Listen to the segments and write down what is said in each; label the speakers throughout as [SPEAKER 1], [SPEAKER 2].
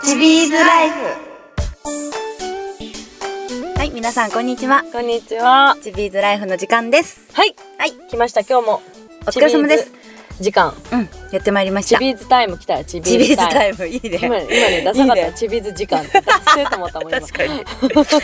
[SPEAKER 1] ズライフ
[SPEAKER 2] はい、皆さんこんにちは。
[SPEAKER 1] こんにちは
[SPEAKER 2] チビーズライフの時間です。
[SPEAKER 1] はい
[SPEAKER 2] はい、
[SPEAKER 1] 来ました今日も
[SPEAKER 2] お疲れ様です
[SPEAKER 1] チ。ビーズ時間
[SPEAKER 2] うん、やってまいりまし
[SPEAKER 1] チ
[SPEAKER 2] た。
[SPEAKER 1] ビーズタイム来たよチビ
[SPEAKER 2] チビー
[SPEAKER 1] ーズ
[SPEAKER 2] ズ
[SPEAKER 1] タ
[SPEAKER 2] タ
[SPEAKER 1] イ
[SPEAKER 2] イムいい
[SPEAKER 1] ム今
[SPEAKER 2] ね。
[SPEAKER 1] ね今ねダサかっ
[SPEAKER 2] いい
[SPEAKER 1] た
[SPEAKER 2] ね
[SPEAKER 1] チビーズ時間出せと思ったもん今
[SPEAKER 2] 確か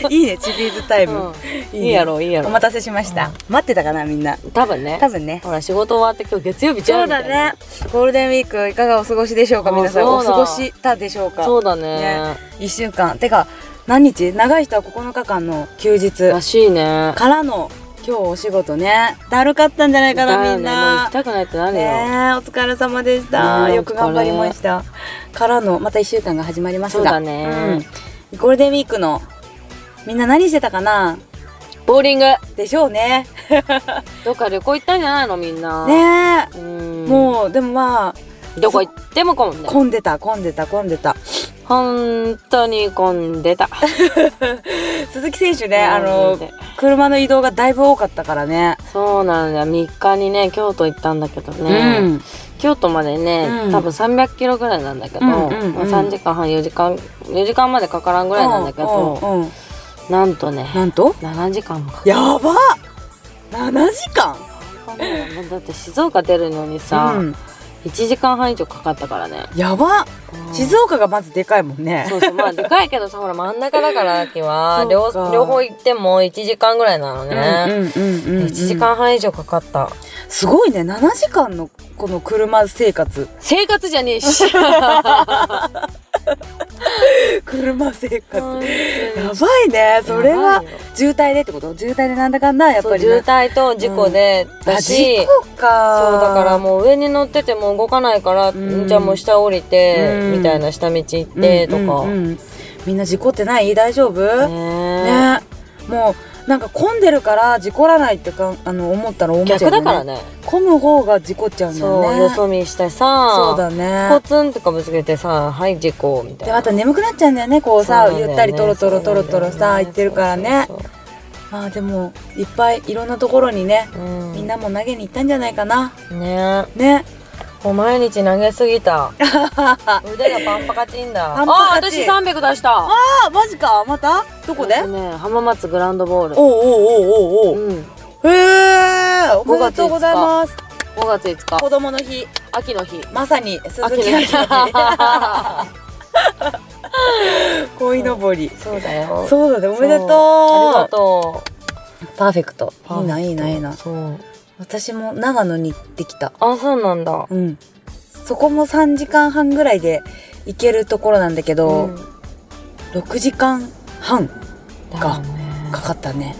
[SPEAKER 2] に。いいね、チビーズタイム。
[SPEAKER 1] うんいいやろいいやろ
[SPEAKER 2] お待たせしました。待ってたかな、みんな。
[SPEAKER 1] 多分ね
[SPEAKER 2] 多分ね。
[SPEAKER 1] ほら仕事終わって今日月曜日じゃん
[SPEAKER 2] そうだ
[SPEAKER 1] みたいな
[SPEAKER 2] ね。ゴールデンウィークいかがお過ごしでしょうか、
[SPEAKER 1] あ
[SPEAKER 2] 皆さん。
[SPEAKER 1] そ
[SPEAKER 2] お
[SPEAKER 1] うだ
[SPEAKER 2] 過ごしたでしょうか。
[SPEAKER 1] そうだね
[SPEAKER 2] ね一週間。てか、何日長い人は9日間の休日
[SPEAKER 1] らしいね
[SPEAKER 2] からの今日お仕事ね。だるかったんじゃないかな、
[SPEAKER 1] だよね
[SPEAKER 2] みん
[SPEAKER 1] もう
[SPEAKER 2] な
[SPEAKER 1] 行き。たくないってなるよ、
[SPEAKER 2] ねえお疲れ様でした、
[SPEAKER 1] ねえ
[SPEAKER 2] よく頑張りましたからのまた1週間が始まりますが
[SPEAKER 1] そうだね、
[SPEAKER 2] うんゴールデンウィークのみんな何してたかな
[SPEAKER 1] ボーリング
[SPEAKER 2] でしょうね
[SPEAKER 1] どっか旅行行ったんじゃないのみんな
[SPEAKER 2] ね
[SPEAKER 1] う
[SPEAKER 2] え
[SPEAKER 1] ん
[SPEAKER 2] もうでもまあ
[SPEAKER 1] どこ行っても混んで
[SPEAKER 2] 混んでた混んでた混んでた
[SPEAKER 1] 本当に混んでた
[SPEAKER 2] 鈴木選手ねあ
[SPEAKER 1] 混
[SPEAKER 2] の
[SPEAKER 1] んでて
[SPEAKER 2] 車の移動がだいぶ多かったからね
[SPEAKER 1] そうなんだ3日にね京都行ったんだけどね、
[SPEAKER 2] うん
[SPEAKER 1] 京都までね、
[SPEAKER 2] うん
[SPEAKER 1] 多分300キロぐらいなんだけど、
[SPEAKER 2] うんうんうん
[SPEAKER 1] まあ、3時間半4時間4時間までかからんぐらいなんだけど、
[SPEAKER 2] うんうん
[SPEAKER 1] なんとね
[SPEAKER 2] なんと
[SPEAKER 1] 7時間もかか
[SPEAKER 2] やばっ7時間
[SPEAKER 1] ったねだって静岡出るのにさ、
[SPEAKER 2] うん、
[SPEAKER 1] 1時間半以上かかったからね、
[SPEAKER 2] やばっ静
[SPEAKER 1] 岡
[SPEAKER 2] 岡がまずでかいもんね
[SPEAKER 1] そうそうまあでかいけどさほら真ん中だから秋は
[SPEAKER 2] そ
[SPEAKER 1] 両
[SPEAKER 2] うか
[SPEAKER 1] 両方行っても1時間ぐらいなの
[SPEAKER 2] う
[SPEAKER 1] ね、
[SPEAKER 2] んうんうんうんうん
[SPEAKER 1] 1時間半以上かかった
[SPEAKER 2] すごいね7時間のこの車生活
[SPEAKER 1] 生活じゃねえ し
[SPEAKER 2] 車生活やばいねそれ
[SPEAKER 1] や
[SPEAKER 2] は
[SPEAKER 1] ばいよ
[SPEAKER 2] 渋滞でってこと渋滞でなんだかんだやっ
[SPEAKER 1] そ
[SPEAKER 2] ぱ
[SPEAKER 1] う
[SPEAKER 2] り
[SPEAKER 1] 渋
[SPEAKER 2] ね
[SPEAKER 1] 滞と事故でだ
[SPEAKER 2] あ
[SPEAKER 1] し、
[SPEAKER 2] 事故か
[SPEAKER 1] そうだからもう上に乗ってても動かないから、
[SPEAKER 2] うん
[SPEAKER 1] じゃあもう下降りて、
[SPEAKER 2] うん
[SPEAKER 1] みたいな下道行ってとか、
[SPEAKER 2] うんうんうんみんな事故ってない大丈夫ね
[SPEAKER 1] ね
[SPEAKER 2] もうなんか混んでるから事故らないってかあの思ったら思っちゃう
[SPEAKER 1] 逆
[SPEAKER 2] よね
[SPEAKER 1] だからね
[SPEAKER 2] 混む方が事故っちゃうんだよ
[SPEAKER 1] そう、
[SPEAKER 2] ね
[SPEAKER 1] よそ見してさ
[SPEAKER 2] そうだね
[SPEAKER 1] ポツンとかぶつけてさはい事故みたい
[SPEAKER 2] で
[SPEAKER 1] な
[SPEAKER 2] また眠くなっちゃうんだよねこうさ
[SPEAKER 1] そうなんだよね
[SPEAKER 2] ゆったりトロトロトロトロさ行ってるからね
[SPEAKER 1] そうそう
[SPEAKER 2] まあでもいっぱいいろんなところにね
[SPEAKER 1] そううん
[SPEAKER 2] みんなも投げに行ったんじゃないかな。
[SPEAKER 1] ね
[SPEAKER 2] ね。
[SPEAKER 1] もう毎日投げすぎた腕がパンパカチンだ
[SPEAKER 2] パンパカチン
[SPEAKER 1] あ私300出した
[SPEAKER 2] あ、マジか。またどこで
[SPEAKER 1] えっとね浜松グランドボール
[SPEAKER 2] おうおうおうおうおう。
[SPEAKER 1] う
[SPEAKER 2] へ
[SPEAKER 1] ん
[SPEAKER 2] え。おめでとうございます。
[SPEAKER 1] 5月5日
[SPEAKER 2] 子供の日、
[SPEAKER 1] 秋の日
[SPEAKER 2] まさに鈴木
[SPEAKER 1] 秋の
[SPEAKER 2] 明
[SPEAKER 1] 日
[SPEAKER 2] の 日。鯉のぼり。
[SPEAKER 1] そうだ よ
[SPEAKER 2] そうだね。おめでとう。
[SPEAKER 1] そうありがと
[SPEAKER 2] パーフェクト。
[SPEAKER 1] う
[SPEAKER 2] いいな、いいな、いいな。
[SPEAKER 1] そう
[SPEAKER 2] 私も長野に行ってきた。
[SPEAKER 1] あそうなんだ
[SPEAKER 2] うん。そこも3時間半ぐらいで行けるところなんだけど、
[SPEAKER 1] うん
[SPEAKER 2] 6時間半
[SPEAKER 1] だよね
[SPEAKER 2] かかったね。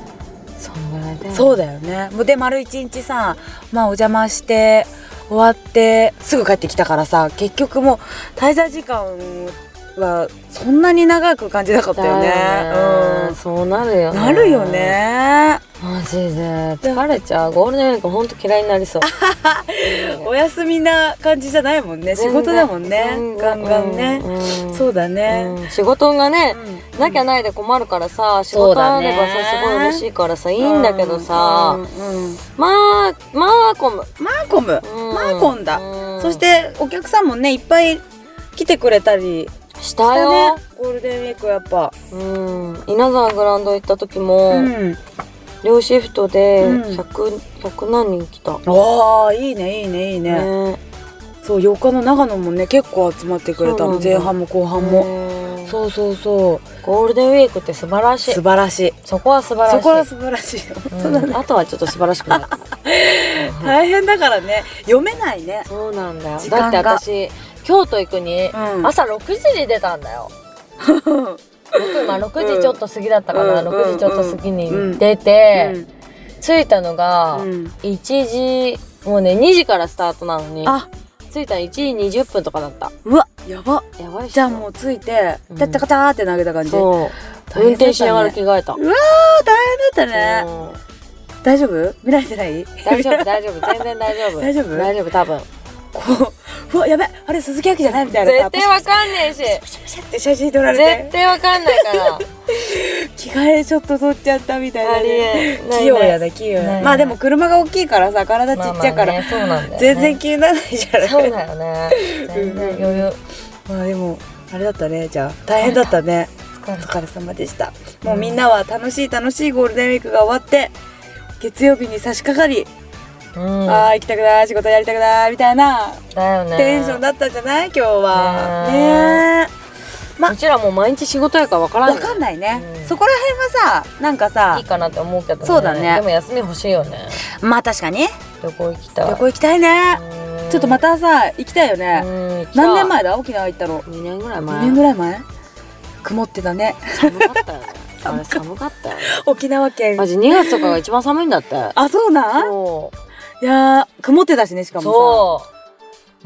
[SPEAKER 1] そんぐらいだよね
[SPEAKER 2] そうだよねもうで丸一日さまあお邪魔して終わってすぐ帰ってきたからさ結局もう滞在時間はそんなに長く感じなかったよね
[SPEAKER 1] だよねそうなるよ
[SPEAKER 2] うん
[SPEAKER 1] ね
[SPEAKER 2] なるよね
[SPEAKER 1] マジで疲れちゃうゴールデンウィークほんと嫌いになりそう
[SPEAKER 2] お休みな感じじゃないもんね仕事だもんね
[SPEAKER 1] 全然
[SPEAKER 2] ガンガンね、
[SPEAKER 1] うん
[SPEAKER 2] そうだね、
[SPEAKER 1] うん仕事がね
[SPEAKER 2] うん
[SPEAKER 1] なきゃないで困るからさ仕
[SPEAKER 2] そう
[SPEAKER 1] 事
[SPEAKER 2] だ
[SPEAKER 1] あ
[SPEAKER 2] ね
[SPEAKER 1] ればさすごい嬉しいからさいいんだけどさ
[SPEAKER 2] うんうん
[SPEAKER 1] まあまあ混む
[SPEAKER 2] マーコム、
[SPEAKER 1] うん
[SPEAKER 2] マーコンだ、
[SPEAKER 1] うん
[SPEAKER 2] そしてお客さんもねいっぱい来てくれたり
[SPEAKER 1] したよ
[SPEAKER 2] ゴールデンウィークやっぱ、
[SPEAKER 1] うん稲沢グラウンド行った時も
[SPEAKER 2] うん、
[SPEAKER 1] 両シフトで
[SPEAKER 2] うん
[SPEAKER 1] 100、100何人来た。
[SPEAKER 2] ああいいねいいねいいね
[SPEAKER 1] ね
[SPEAKER 2] そう4日の長野もね結構集まってくれた
[SPEAKER 1] そうな
[SPEAKER 2] の
[SPEAKER 1] んだ
[SPEAKER 2] 前半も後半も、
[SPEAKER 1] ね
[SPEAKER 2] そうそうそう
[SPEAKER 1] ゴールデンウィークって素晴らしい
[SPEAKER 2] 素。晴らしい
[SPEAKER 1] そこは素晴らしい。
[SPEAKER 2] そこは素晴らしい
[SPEAKER 1] うんあとはちょっと素晴らし くない。
[SPEAKER 2] 大変だからね読めないね
[SPEAKER 1] そうなんだよ。
[SPEAKER 2] 時
[SPEAKER 1] だっ
[SPEAKER 2] 間
[SPEAKER 1] て
[SPEAKER 2] が
[SPEAKER 1] 私、京都行くに、
[SPEAKER 2] うん
[SPEAKER 1] 朝6時に出たん だよ。6まあ、6時ちょっと過ぎだったかな、
[SPEAKER 2] うん
[SPEAKER 1] 6時ちょっと過ぎ
[SPEAKER 2] う
[SPEAKER 1] に
[SPEAKER 2] ん
[SPEAKER 1] 出て、着いたのが
[SPEAKER 2] うんうん
[SPEAKER 1] 1時もうね2時からスタートなのに
[SPEAKER 2] あ
[SPEAKER 1] 着いたの1時20分とかだった
[SPEAKER 2] うわやば
[SPEAKER 1] やばいっしょ
[SPEAKER 2] じゃあもうついて
[SPEAKER 1] うん
[SPEAKER 2] タッタカターって投げた感じ、あ
[SPEAKER 1] そう
[SPEAKER 2] 大変だったね
[SPEAKER 1] 運転しながら着替えた、
[SPEAKER 2] うわー大変だったね
[SPEAKER 1] うん
[SPEAKER 2] 大丈夫見られてない
[SPEAKER 1] 大丈夫大丈夫全然大丈夫
[SPEAKER 2] 大丈夫
[SPEAKER 1] 大丈夫多分
[SPEAKER 2] こううわやべあれ鈴木亜希じゃないみたいな
[SPEAKER 1] 絶
[SPEAKER 2] さ
[SPEAKER 1] 対わかんねえし
[SPEAKER 2] プシャプシャって写真撮られて
[SPEAKER 1] 絶対わかんないから
[SPEAKER 2] 着替えちょっと取っちゃったみたいな、
[SPEAKER 1] ありえないね
[SPEAKER 2] 器用やだ器用
[SPEAKER 1] ない
[SPEAKER 2] や
[SPEAKER 1] ね
[SPEAKER 2] まあでも車が大きいからさ体ちっちゃいから、
[SPEAKER 1] まあまあねそうなんだよね
[SPEAKER 2] 全然気にならないじゃない
[SPEAKER 1] そうだよね全然余裕
[SPEAKER 2] まあでもあれだったねじゃあ大変だったねお疲れ様でしたもうみんなは楽しい楽しいゴールデンウィークが終わって月曜日に差し掛かり、
[SPEAKER 1] うん
[SPEAKER 2] ああ行きたくない仕事やりたくないみたいな
[SPEAKER 1] だよね
[SPEAKER 2] テンションだったんじゃない今日は
[SPEAKER 1] ね
[SPEAKER 2] ねえま
[SPEAKER 1] うちらもう毎日仕事やから分からん
[SPEAKER 2] わ
[SPEAKER 1] ね
[SPEAKER 2] かんないね、
[SPEAKER 1] うん
[SPEAKER 2] そこら辺はさなんかさ
[SPEAKER 1] いいかなって思うけどね
[SPEAKER 2] そうだね
[SPEAKER 1] でも休み欲しいよね
[SPEAKER 2] まあ確かに
[SPEAKER 1] 旅行行きたい
[SPEAKER 2] 旅行行きたいねちょっとまたさ行きたいよ
[SPEAKER 1] た
[SPEAKER 2] ね
[SPEAKER 1] 何
[SPEAKER 2] 何年前だ沖縄行ったの
[SPEAKER 1] 2年ぐらい
[SPEAKER 2] 2
[SPEAKER 1] 前
[SPEAKER 2] 年ぐらい前曇ってたね
[SPEAKER 1] 寒かったよねあれ寒かったよ
[SPEAKER 2] 沖縄県
[SPEAKER 1] マジ2月とかが一番寒いんだって
[SPEAKER 2] あそうなん
[SPEAKER 1] そ
[SPEAKER 2] いやー曇ってたしねしか
[SPEAKER 1] う
[SPEAKER 2] もさ
[SPEAKER 1] そう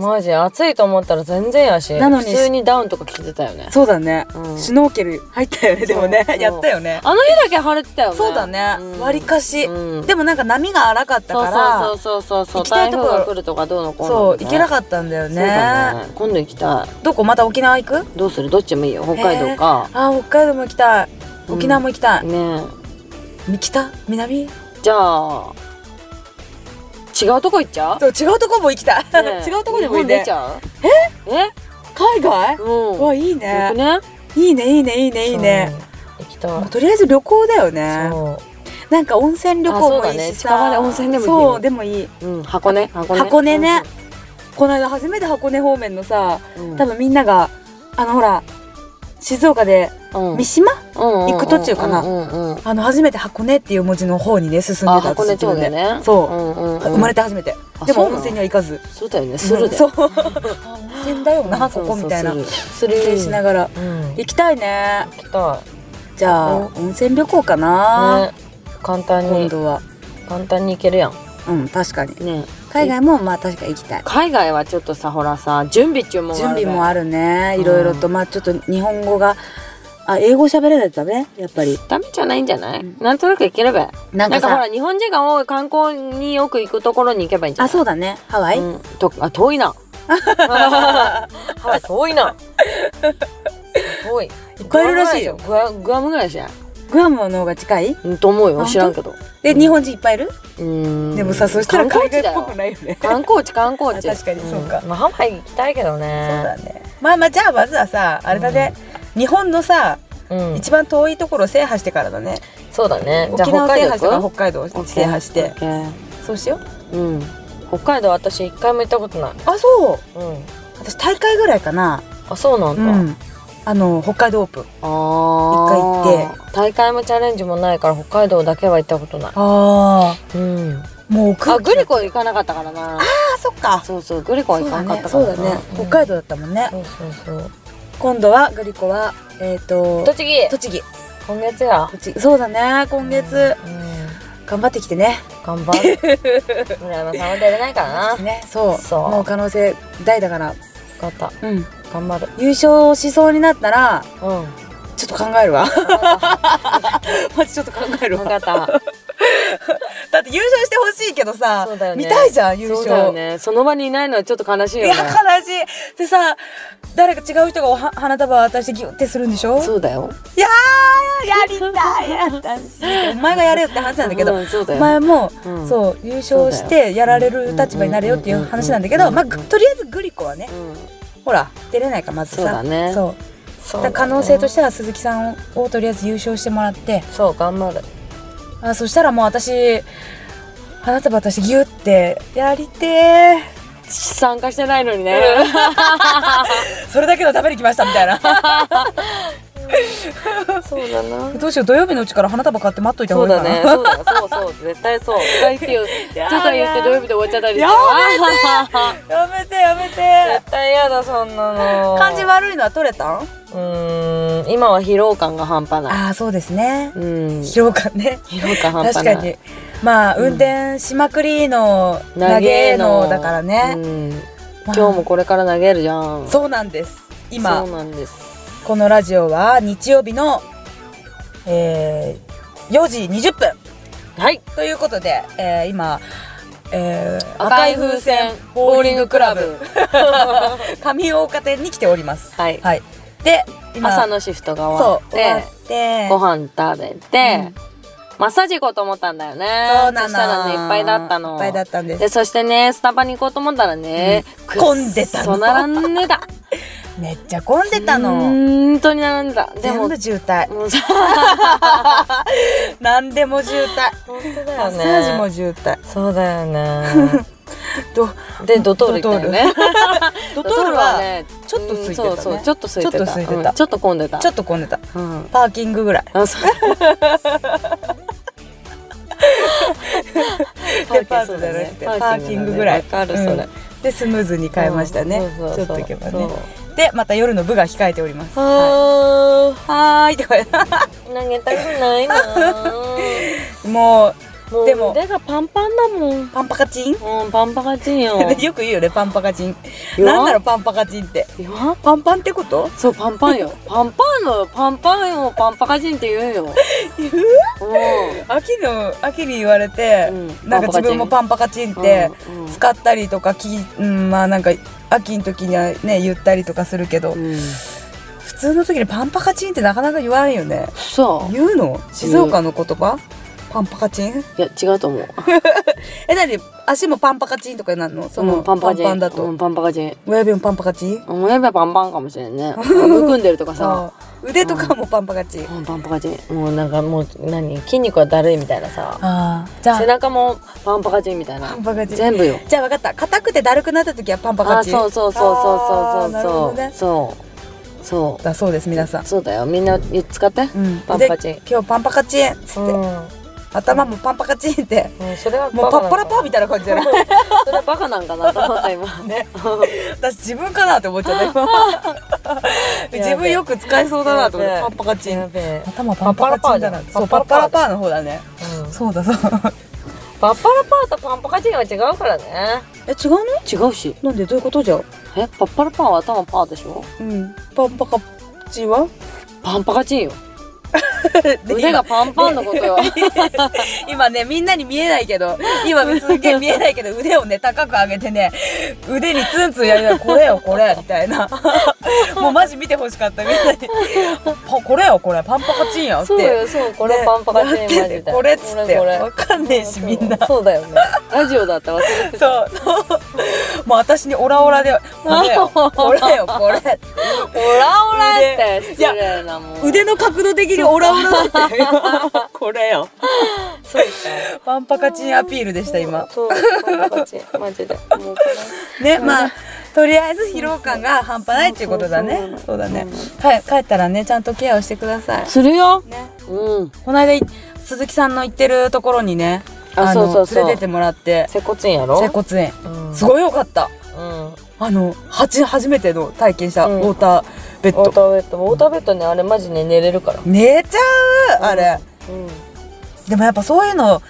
[SPEAKER 1] マジ暑いと思ったら全然やし
[SPEAKER 2] なのに
[SPEAKER 1] 普通にダウンとか着てたよね
[SPEAKER 2] そうだね、
[SPEAKER 1] うん
[SPEAKER 2] シュノーケル入ったよねでもね
[SPEAKER 1] そう
[SPEAKER 2] やったよね
[SPEAKER 1] あの日だけ晴れてたよね
[SPEAKER 2] そうだね、
[SPEAKER 1] うん
[SPEAKER 2] 割かし、
[SPEAKER 1] うん
[SPEAKER 2] でもなんか波が荒かった
[SPEAKER 1] そう
[SPEAKER 2] から
[SPEAKER 1] そうそうそうそ
[SPEAKER 2] 行
[SPEAKER 1] う
[SPEAKER 2] きたいとこ
[SPEAKER 1] 台風が来るとかどうのこうの
[SPEAKER 2] そう行けな
[SPEAKER 1] っ
[SPEAKER 2] かったんだよ
[SPEAKER 1] た
[SPEAKER 2] ね
[SPEAKER 1] ね今度行きた
[SPEAKER 2] どこまた沖縄行く
[SPEAKER 1] いどうするどっちもいいよ北海道か
[SPEAKER 2] あー北海道も行きたい
[SPEAKER 1] うん
[SPEAKER 2] 沖縄も行きたい、
[SPEAKER 1] ね
[SPEAKER 2] 北南
[SPEAKER 1] えじゃあ違うとこ行っちゃう
[SPEAKER 2] そう違うとこも行きたい、
[SPEAKER 1] ねえ
[SPEAKER 2] 違うとこでもいい
[SPEAKER 1] 日本
[SPEAKER 2] ね
[SPEAKER 1] 出ちゃうええ
[SPEAKER 2] 海外
[SPEAKER 1] うん
[SPEAKER 2] うわいい
[SPEAKER 1] よ
[SPEAKER 2] ね
[SPEAKER 1] くね
[SPEAKER 2] いいねいいねいいねいいね
[SPEAKER 1] そう行きたい
[SPEAKER 2] もうとりあえず旅行だよね
[SPEAKER 1] そ
[SPEAKER 2] なんか温泉旅行もいいしさ
[SPEAKER 1] あそうだね近場で温泉でもいいよ、
[SPEAKER 2] そうでもいいう
[SPEAKER 1] うん、箱根箱根
[SPEAKER 2] 箱根ねこの間初めて箱根方面のさ
[SPEAKER 1] うん、
[SPEAKER 2] 多分みんながあのほら静岡で
[SPEAKER 1] うん、
[SPEAKER 2] 三島、
[SPEAKER 1] 行
[SPEAKER 2] 行く途中かな
[SPEAKER 1] うんうんうん、
[SPEAKER 2] あの初めて箱根っていう文字の方にね進んで
[SPEAKER 1] あ
[SPEAKER 2] た
[SPEAKER 1] 箱根町でね
[SPEAKER 2] そう
[SPEAKER 1] うんうんうん、
[SPEAKER 2] 生まれて初めて
[SPEAKER 1] あ
[SPEAKER 2] で
[SPEAKER 1] そう
[SPEAKER 2] も
[SPEAKER 1] な
[SPEAKER 2] 温
[SPEAKER 1] の
[SPEAKER 2] 泉には行かず
[SPEAKER 1] そうだよねするで、
[SPEAKER 2] そうあ温泉だよなここみたいな
[SPEAKER 1] そう
[SPEAKER 2] 温
[SPEAKER 1] そうするする
[SPEAKER 2] 泉しながら
[SPEAKER 1] うん行
[SPEAKER 2] 行きたいね
[SPEAKER 1] きた
[SPEAKER 2] じゃあ
[SPEAKER 1] う、、
[SPEAKER 2] 温泉旅行かない
[SPEAKER 1] ね、簡単
[SPEAKER 2] 今
[SPEAKER 1] に
[SPEAKER 2] 度は
[SPEAKER 1] 簡単に行けるやん
[SPEAKER 2] うん確かに
[SPEAKER 1] ね
[SPEAKER 2] 海外もまあ確かに行きたい
[SPEAKER 1] 海外はちょっとさほらさ準備中もん
[SPEAKER 2] 準備も
[SPEAKER 1] ある
[SPEAKER 2] あるね
[SPEAKER 1] うん
[SPEAKER 2] いろいろとまあちょっと日本語があ英語喋れないとダメやっぱり
[SPEAKER 1] べダメじゃないんじゃない、なんとなく行ければ
[SPEAKER 2] なんか
[SPEAKER 1] なんか
[SPEAKER 2] さ
[SPEAKER 1] ほら日本人が多い観光によく行くところに行けばいいんじゃ
[SPEAKER 2] あ
[SPEAKER 1] ない
[SPEAKER 2] そうだねハワイ、
[SPEAKER 1] うん、とあ遠いな ハワイ遠いな遠いい
[SPEAKER 2] っぱいいるらしいよ
[SPEAKER 1] グアムグアムぐらいでしょ
[SPEAKER 2] グアムの方が近い
[SPEAKER 1] うんと思う
[SPEAKER 2] 本
[SPEAKER 1] よ
[SPEAKER 2] 当
[SPEAKER 1] 知らんけど
[SPEAKER 2] で日本人いっぱいいる、
[SPEAKER 1] うーん
[SPEAKER 2] でもさそしたら海外っぽく
[SPEAKER 1] い
[SPEAKER 2] ないよね
[SPEAKER 1] 観光地観光地
[SPEAKER 2] あ確かにそうか
[SPEAKER 1] んまあ、ハワイ行きたいけどね
[SPEAKER 2] ねまあまあじゃあまずはさあれだね、日本のさ
[SPEAKER 1] そうだ,、うん、
[SPEAKER 2] 番遠いところを制覇してからだね
[SPEAKER 1] そうだねじゃあ北海道行く
[SPEAKER 2] 海道
[SPEAKER 1] オッケー
[SPEAKER 2] そうしよう
[SPEAKER 1] うん北海道私一回も行ったことない
[SPEAKER 2] あそう
[SPEAKER 1] うん
[SPEAKER 2] 私大会ぐらいかな
[SPEAKER 1] あそうなんだ、
[SPEAKER 2] うんあの北海道オープン
[SPEAKER 1] あ
[SPEAKER 2] 一回行
[SPEAKER 1] って大会もチャレンジもないから北海道だけは行ったことない
[SPEAKER 2] ああ
[SPEAKER 1] うん
[SPEAKER 2] もう
[SPEAKER 1] あ
[SPEAKER 2] 空気
[SPEAKER 1] グリコ行かなかったからな
[SPEAKER 2] あそっか
[SPEAKER 1] そうそうグリコは行かなかったか
[SPEAKER 2] そうだ
[SPEAKER 1] らな
[SPEAKER 2] ねそうだね
[SPEAKER 1] うん
[SPEAKER 2] 北海道だったもんね、
[SPEAKER 1] そうそうそう
[SPEAKER 2] 今度はグリコはえっ、と
[SPEAKER 1] 栃木
[SPEAKER 2] 栃木
[SPEAKER 1] 今月や
[SPEAKER 2] 栃木そうだね今月、
[SPEAKER 1] うん
[SPEAKER 2] 頑張ってきてね
[SPEAKER 1] 頑張る 村山さんは出れないからなよ
[SPEAKER 2] ねそう
[SPEAKER 1] そう
[SPEAKER 2] もう可能性大だから
[SPEAKER 1] かった
[SPEAKER 2] うん
[SPEAKER 1] 頑張る
[SPEAKER 2] 優勝しそうになったら
[SPEAKER 1] うん
[SPEAKER 2] ちょっと考えるわ マジちょっと考える
[SPEAKER 1] 分かった
[SPEAKER 2] だって優勝してほしいけどさ、
[SPEAKER 1] そうだよね
[SPEAKER 2] 見たいじゃん優
[SPEAKER 1] そう
[SPEAKER 2] 勝
[SPEAKER 1] だよねその場にいないのはちょっと悲しい
[SPEAKER 2] い
[SPEAKER 1] よ
[SPEAKER 2] や
[SPEAKER 1] ね
[SPEAKER 2] 悲しいでさ誰か違う人がおは花束渡してギュってするんでしょ
[SPEAKER 1] そうだよ
[SPEAKER 2] いやーやりたい やったしお前がやれよって話なんだけど、
[SPEAKER 1] うんそうだ
[SPEAKER 2] お
[SPEAKER 1] よ
[SPEAKER 2] 前も、
[SPEAKER 1] うん
[SPEAKER 2] そう優勝し
[SPEAKER 1] そうだ
[SPEAKER 2] てやられる立場になれよっていう話なんだけ
[SPEAKER 1] う
[SPEAKER 2] ど、
[SPEAKER 1] ん
[SPEAKER 2] まあ、ぐとりあえずグリコはね
[SPEAKER 1] うん
[SPEAKER 2] ほら出れないからまずさ
[SPEAKER 1] そうだね
[SPEAKER 2] そう
[SPEAKER 1] そう
[SPEAKER 2] だ
[SPEAKER 1] だ
[SPEAKER 2] か
[SPEAKER 1] よ
[SPEAKER 2] ら可能性としては鈴木さんををとりあえず優勝してもらって
[SPEAKER 1] そう頑張る
[SPEAKER 2] あそしたらもう私花束渡してギュってやりて
[SPEAKER 1] 参加してないのにね
[SPEAKER 2] ーそれだけのために来ましたみたいな
[SPEAKER 1] そうだな
[SPEAKER 2] どうしよう土曜日のうちから花束買って待っといた
[SPEAKER 1] そ
[SPEAKER 2] 方
[SPEAKER 1] う
[SPEAKER 2] がいいか
[SPEAKER 1] だ
[SPEAKER 2] な
[SPEAKER 1] ね。そうだ。そうそう。絶対 そう。とか言ってよ。
[SPEAKER 2] や
[SPEAKER 1] とか言って土曜日で終わっちゃったりして。
[SPEAKER 2] や
[SPEAKER 1] あー
[SPEAKER 2] やめてやめて
[SPEAKER 1] 絶対嫌だそんなの。
[SPEAKER 2] 感じ。悪いのは取れたん
[SPEAKER 1] うーん。今は疲労感が半端ない。
[SPEAKER 2] ああそうですね
[SPEAKER 1] うん。疲
[SPEAKER 2] 疲労感ね
[SPEAKER 1] 労感半
[SPEAKER 2] 確
[SPEAKER 1] 端な
[SPEAKER 2] か
[SPEAKER 1] い。
[SPEAKER 2] にまあ運転しまくりの投げのだからね、
[SPEAKER 1] うん。
[SPEAKER 2] まあ
[SPEAKER 1] 今日もこれから投げるじゃん。
[SPEAKER 2] そうなんです今
[SPEAKER 1] そうなんです。
[SPEAKER 2] このラジオは日曜日の、えー4時20分
[SPEAKER 1] はい。
[SPEAKER 2] ということで、えー今、えー
[SPEAKER 1] 赤い風船ボーリングクラブ。
[SPEAKER 2] 上大岡店に来ております
[SPEAKER 1] はい。
[SPEAKER 2] はいで今
[SPEAKER 1] 朝のシフトが終わ
[SPEAKER 2] そ
[SPEAKER 1] っ
[SPEAKER 2] う終わ
[SPEAKER 1] て
[SPEAKER 2] っ。て
[SPEAKER 1] ご飯食べて、マッサージ行こうと思ったんだよね
[SPEAKER 2] そうなの
[SPEAKER 1] したらねいっぱいだったの
[SPEAKER 2] いっぱいだったんです
[SPEAKER 1] そしてねスタバに行こうと思ったらね、くっ
[SPEAKER 2] 混んでたの
[SPEAKER 1] そ並んでた
[SPEAKER 2] めっちゃ混んでたの
[SPEAKER 1] 本当に並んだで
[SPEAKER 2] 全
[SPEAKER 1] も
[SPEAKER 2] 部渋滞
[SPEAKER 1] もうさ
[SPEAKER 2] 何でも渋滞
[SPEAKER 1] 本当だ
[SPEAKER 2] マ
[SPEAKER 1] よ
[SPEAKER 2] ッ
[SPEAKER 1] ね
[SPEAKER 2] サージも渋滞
[SPEAKER 1] そうだよ ね
[SPEAKER 2] ど
[SPEAKER 1] でドトール行ったよね
[SPEAKER 2] ドトールはね
[SPEAKER 1] ね
[SPEAKER 2] ちょっと空いてたね
[SPEAKER 1] うんそうそうちょっと空いてた
[SPEAKER 2] ちょっと空いてた
[SPEAKER 1] うんち
[SPEAKER 2] ちょ
[SPEAKER 1] ょっと混んでた
[SPEAKER 2] っと混んでた
[SPEAKER 1] うん
[SPEAKER 2] パーキングぐらい
[SPEAKER 1] あそう
[SPEAKER 2] デパートじゃなくてパーキングぐらい
[SPEAKER 1] パーキングだねわかるそれ、
[SPEAKER 2] うんでスムーズに買いましたね、
[SPEAKER 1] うんそうそうそう
[SPEAKER 2] ちょっと行けばねでまた夜の部が控えております
[SPEAKER 1] そうあ
[SPEAKER 2] はーいとか言っ
[SPEAKER 1] ー投げたくないな ー
[SPEAKER 2] てもう
[SPEAKER 1] もう
[SPEAKER 2] でも
[SPEAKER 1] 腕がパンパンだもん
[SPEAKER 2] パンパカチン
[SPEAKER 1] うんパンパカチン よ
[SPEAKER 2] よく言うよねパンパカチン
[SPEAKER 1] よ
[SPEAKER 2] なんだろうパンパカチンって
[SPEAKER 1] 言わん
[SPEAKER 2] パンパンってこと
[SPEAKER 1] そうパンパンよパンパンのパンパンをパンパカチンって言うよ
[SPEAKER 2] 言う
[SPEAKER 1] う
[SPEAKER 2] 秋の秋に言われて、
[SPEAKER 1] うん
[SPEAKER 2] なんか自分もパンパカチンって
[SPEAKER 1] うんうん
[SPEAKER 2] 使ったりとかき、うん、まあなんか秋の時にはね言ったりとかするけど、
[SPEAKER 1] んうん
[SPEAKER 2] 普通の時にパンパカチンってなかなか言わんよね
[SPEAKER 1] そう
[SPEAKER 2] 言うの静岡の言葉パンパカチン
[SPEAKER 1] いや違うと思う
[SPEAKER 2] え何足もパンパカチンとかになるのその、
[SPEAKER 1] うんパンパカチン
[SPEAKER 2] パンだと、
[SPEAKER 1] うんパンパカチン
[SPEAKER 2] 親指もパンパカチン
[SPEAKER 1] うんやっぱパンパンかもしれんねむくんでるとかさ
[SPEAKER 2] あ腕とかもパンパカチン、
[SPEAKER 1] パンパンパカチンもうなんかもう何筋肉はだるいみたいなさ
[SPEAKER 2] ああじゃあ
[SPEAKER 1] 背中もパンパカチンみたいな
[SPEAKER 2] パンパカチン
[SPEAKER 1] 全部よ
[SPEAKER 2] じゃあ分かった硬くてだるくなった時はパンパ
[SPEAKER 1] あ
[SPEAKER 2] カ
[SPEAKER 1] ー
[SPEAKER 2] チン
[SPEAKER 1] そうそうそうそう
[SPEAKER 2] あーなるほ
[SPEAKER 1] そ
[SPEAKER 2] ど
[SPEAKER 1] うそう
[SPEAKER 2] ね
[SPEAKER 1] そうそう
[SPEAKER 2] だそうです皆さん、
[SPEAKER 1] そうだよみんな使って
[SPEAKER 2] うん
[SPEAKER 1] パンパチン
[SPEAKER 2] で今日パンパカチンっつって、頭もパンパカチンって
[SPEAKER 1] うんそれは
[SPEAKER 2] もうパッパラパー
[SPEAKER 1] ビ
[SPEAKER 2] みたいな感じじゃない
[SPEAKER 1] それはバカなんかなと思った今 ね
[SPEAKER 2] 私自分かなって思っちゃった今 自分よく使えそうだなと思って
[SPEAKER 1] やべ
[SPEAKER 2] パンパカチン
[SPEAKER 1] べえ
[SPEAKER 2] 頭
[SPEAKER 1] パンパカチンだな
[SPEAKER 2] そうパッパラパーの方だね
[SPEAKER 1] うん
[SPEAKER 2] そうだそう
[SPEAKER 1] パッパラパーとパンパカチンは違うからね
[SPEAKER 2] え違うの
[SPEAKER 1] 違うし
[SPEAKER 2] なんでどういうことじゃ
[SPEAKER 1] えパッパラパーは頭パーでしょ
[SPEAKER 2] うんパンパカチン は
[SPEAKER 1] パンパカチンよ
[SPEAKER 2] で
[SPEAKER 1] 腕がパンパンの ことよ
[SPEAKER 2] 今ねみんなに見えないけど今すげえ見えないけど腕をね高く上げてね腕にツンツンやりながら「これよこれ」みたい なもうマジ見てほしかったみんなに「パこれよこれパンパカチンや」って
[SPEAKER 1] そうよそうこれパンパカチンマジ
[SPEAKER 2] やってて
[SPEAKER 1] みたいな
[SPEAKER 2] これっつって
[SPEAKER 1] これこれ
[SPEAKER 2] わかんねえしみんな
[SPEAKER 1] そうそうだよねラジオだったら忘れてた
[SPEAKER 2] そうそうもう私にオラオラで「これよ これよこれ
[SPEAKER 1] オラオラって
[SPEAKER 2] 腕
[SPEAKER 1] 失礼なも」ん
[SPEAKER 2] 腕の角度的にオラオラだったよ これよ
[SPEAKER 1] そう
[SPEAKER 2] パンパカチンアピールでした今
[SPEAKER 1] かそうパンパカチンマジでもうこ
[SPEAKER 2] ね、まあとりあえず疲労感が半端ないっていうことだね
[SPEAKER 1] そうそうそう
[SPEAKER 2] そうだねはい帰ったらねちゃんとケアをしてください
[SPEAKER 1] れするよ
[SPEAKER 2] ね
[SPEAKER 1] うん
[SPEAKER 2] この間い鈴木さんの行ってるところにねの
[SPEAKER 1] あそうそうそう
[SPEAKER 2] 連れてってもらって
[SPEAKER 1] 接骨院やろ
[SPEAKER 2] 接骨院
[SPEAKER 1] うん
[SPEAKER 2] すごいよかった
[SPEAKER 1] うん
[SPEAKER 2] あのはち初めての体験した
[SPEAKER 1] うん
[SPEAKER 2] ウォーターベ
[SPEAKER 1] ウォー
[SPEAKER 2] ッ
[SPEAKER 1] タ
[SPEAKER 2] ド、
[SPEAKER 1] ーベッドウォーターベッドねあれマジね寝れるから
[SPEAKER 2] 寝ちゃうあれ、
[SPEAKER 1] うん
[SPEAKER 2] でもやっぱそういうの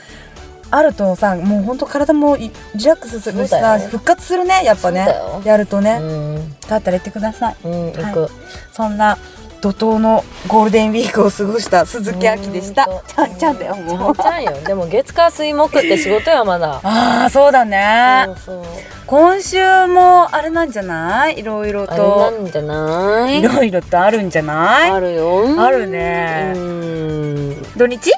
[SPEAKER 2] あるとさもうほんと体もいリラックスするし
[SPEAKER 1] そうだ
[SPEAKER 2] さ
[SPEAKER 1] よ
[SPEAKER 2] 復活するねやっぱね
[SPEAKER 1] そうだよ
[SPEAKER 2] やるとね、
[SPEAKER 1] うん
[SPEAKER 2] 帰ったら行ってください
[SPEAKER 1] うん行く
[SPEAKER 2] そんな怒涛のゴールデンウィークを過ごした鈴木亜希でした
[SPEAKER 1] うー
[SPEAKER 2] ち
[SPEAKER 1] ん。と
[SPEAKER 2] ゃんちゃんだよもう。
[SPEAKER 1] ちゃんちゃんよでも月火水木って仕事やまだ
[SPEAKER 2] あ あそうだ
[SPEAKER 1] そ
[SPEAKER 2] ね。
[SPEAKER 1] うそう
[SPEAKER 2] 今週もあれなんじゃない？いろいろ
[SPEAKER 1] あれな
[SPEAKER 2] と
[SPEAKER 1] んじゃないい
[SPEAKER 2] ろいろとあるんじゃない？
[SPEAKER 1] あるよ
[SPEAKER 2] あるね
[SPEAKER 1] うん
[SPEAKER 2] 土日？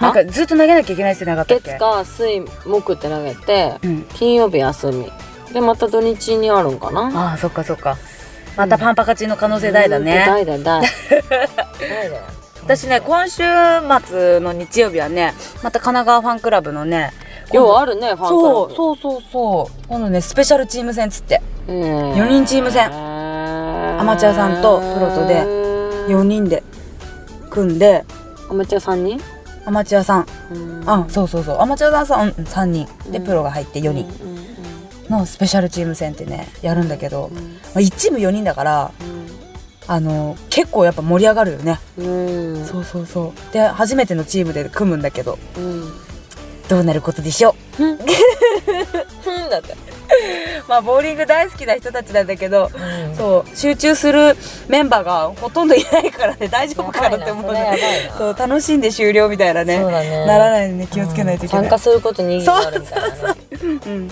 [SPEAKER 2] なんかずっと投げなきゃいけないってなかったっけ
[SPEAKER 1] 月？火水木って投げて
[SPEAKER 2] うん。
[SPEAKER 1] 金曜日休みでまた土日にあるんかな
[SPEAKER 2] ああそっかそっか。またパンパカチンの可能性大だ
[SPEAKER 1] うん
[SPEAKER 2] ね。
[SPEAKER 1] 代 だ代代だよ
[SPEAKER 2] 私ね今週末の日曜日はねまた神奈川ファンクラブのね。
[SPEAKER 1] ようあるねファンクラ
[SPEAKER 2] そう
[SPEAKER 1] ブ
[SPEAKER 2] そうそうそう。今度ねスペシャルチーム戦っつって。
[SPEAKER 1] 4
[SPEAKER 2] 4人チーム戦
[SPEAKER 1] ア
[SPEAKER 2] アマチュアさんとプロとで4人で組んで
[SPEAKER 1] アマチュアさんに
[SPEAKER 2] アマチュアさんあ
[SPEAKER 1] あ
[SPEAKER 2] そうそうそうアマチュアさんうん3人で
[SPEAKER 1] うん
[SPEAKER 2] プロが入って4人のスペシャルチーム戦ってねやるんだけど、まあ、1チーム4人だからあの結構やっぱ盛り上がるよね、
[SPEAKER 1] うん
[SPEAKER 2] そうそうそうで初めてのチームで組むんだけど
[SPEAKER 1] うん
[SPEAKER 2] どうなることでしょ
[SPEAKER 1] ふんふんだって
[SPEAKER 2] う まあボーリング大好きな人たちなんだけどそう集中するメンバーがほとんどいないからね大丈夫かなって思う
[SPEAKER 1] やばいな
[SPEAKER 2] ね
[SPEAKER 1] それやばいな
[SPEAKER 2] そう楽しんで終了みたいなね
[SPEAKER 1] そうだね
[SPEAKER 2] ならないように気をつけないといけない、
[SPEAKER 1] 参加することに意義があるみたいなね
[SPEAKER 2] うん、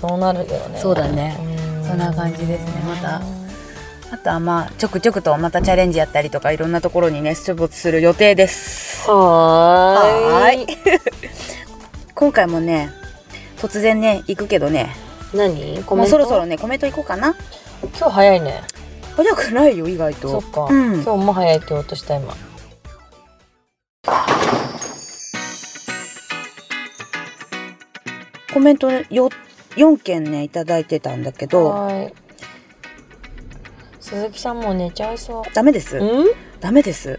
[SPEAKER 1] そうなるよね
[SPEAKER 2] そうだね
[SPEAKER 1] うん
[SPEAKER 2] そんな感じですねまたあとはまあちょくちょくとまたチャレンジやったりとかいろんなところにね出没する予定です
[SPEAKER 1] はーい
[SPEAKER 2] はーい今回もね突然ね行くけどね
[SPEAKER 1] 何コメ
[SPEAKER 2] も
[SPEAKER 1] ン
[SPEAKER 2] う
[SPEAKER 1] ト
[SPEAKER 2] そろそろねコメントいこうかな
[SPEAKER 1] 今日早いね
[SPEAKER 2] 早くないよ意外と
[SPEAKER 1] そっか、
[SPEAKER 2] うん
[SPEAKER 1] 今日も早いって言おうとした今
[SPEAKER 2] コメントよ4件ねいただいてたんだけど
[SPEAKER 1] はーい鈴木さんもう寝ちゃいそ
[SPEAKER 2] ダメです
[SPEAKER 1] ううん
[SPEAKER 2] ダメです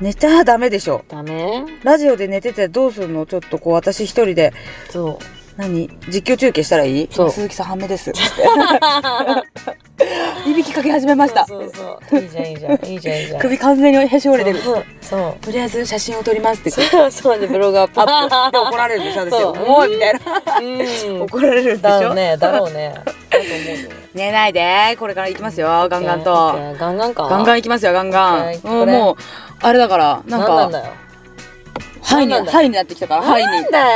[SPEAKER 2] 寝ちゃダメでしょ
[SPEAKER 1] ダメ
[SPEAKER 2] ラジオで寝ててどうするのちょっとこう私一人で
[SPEAKER 1] そう
[SPEAKER 2] 何実況中継したらいい
[SPEAKER 1] そう
[SPEAKER 2] 鈴木さん判明 ですいびきかけ始めました
[SPEAKER 1] そうそうそういいじゃんいいじゃ んいいじゃんいいじゃん
[SPEAKER 2] 首完全にへし折れてる
[SPEAKER 1] そう
[SPEAKER 2] とりあえず写真を撮りますって言って
[SPEAKER 1] そうそうでブログアップ
[SPEAKER 2] アップで怒られるでしょ私
[SPEAKER 1] そう
[SPEAKER 2] おいみたいな
[SPEAKER 1] うん
[SPEAKER 2] 怒られるんでし
[SPEAKER 1] だろ
[SPEAKER 2] ょ
[SPEAKER 1] うねだろうねだと思うよ
[SPEAKER 2] 寝ないでこれから行きますよガンガンと
[SPEAKER 1] オッケーオッケーガンガンか
[SPEAKER 2] ガンガン行きますよガンガン
[SPEAKER 1] OK
[SPEAKER 2] も
[SPEAKER 1] こ
[SPEAKER 2] う
[SPEAKER 1] れ
[SPEAKER 2] もうあれだからなん
[SPEAKER 1] 何なん
[SPEAKER 2] か
[SPEAKER 1] だよ
[SPEAKER 2] ハイに
[SPEAKER 1] 何なんだ
[SPEAKER 2] ハイになってきたからハイ
[SPEAKER 1] なんだよ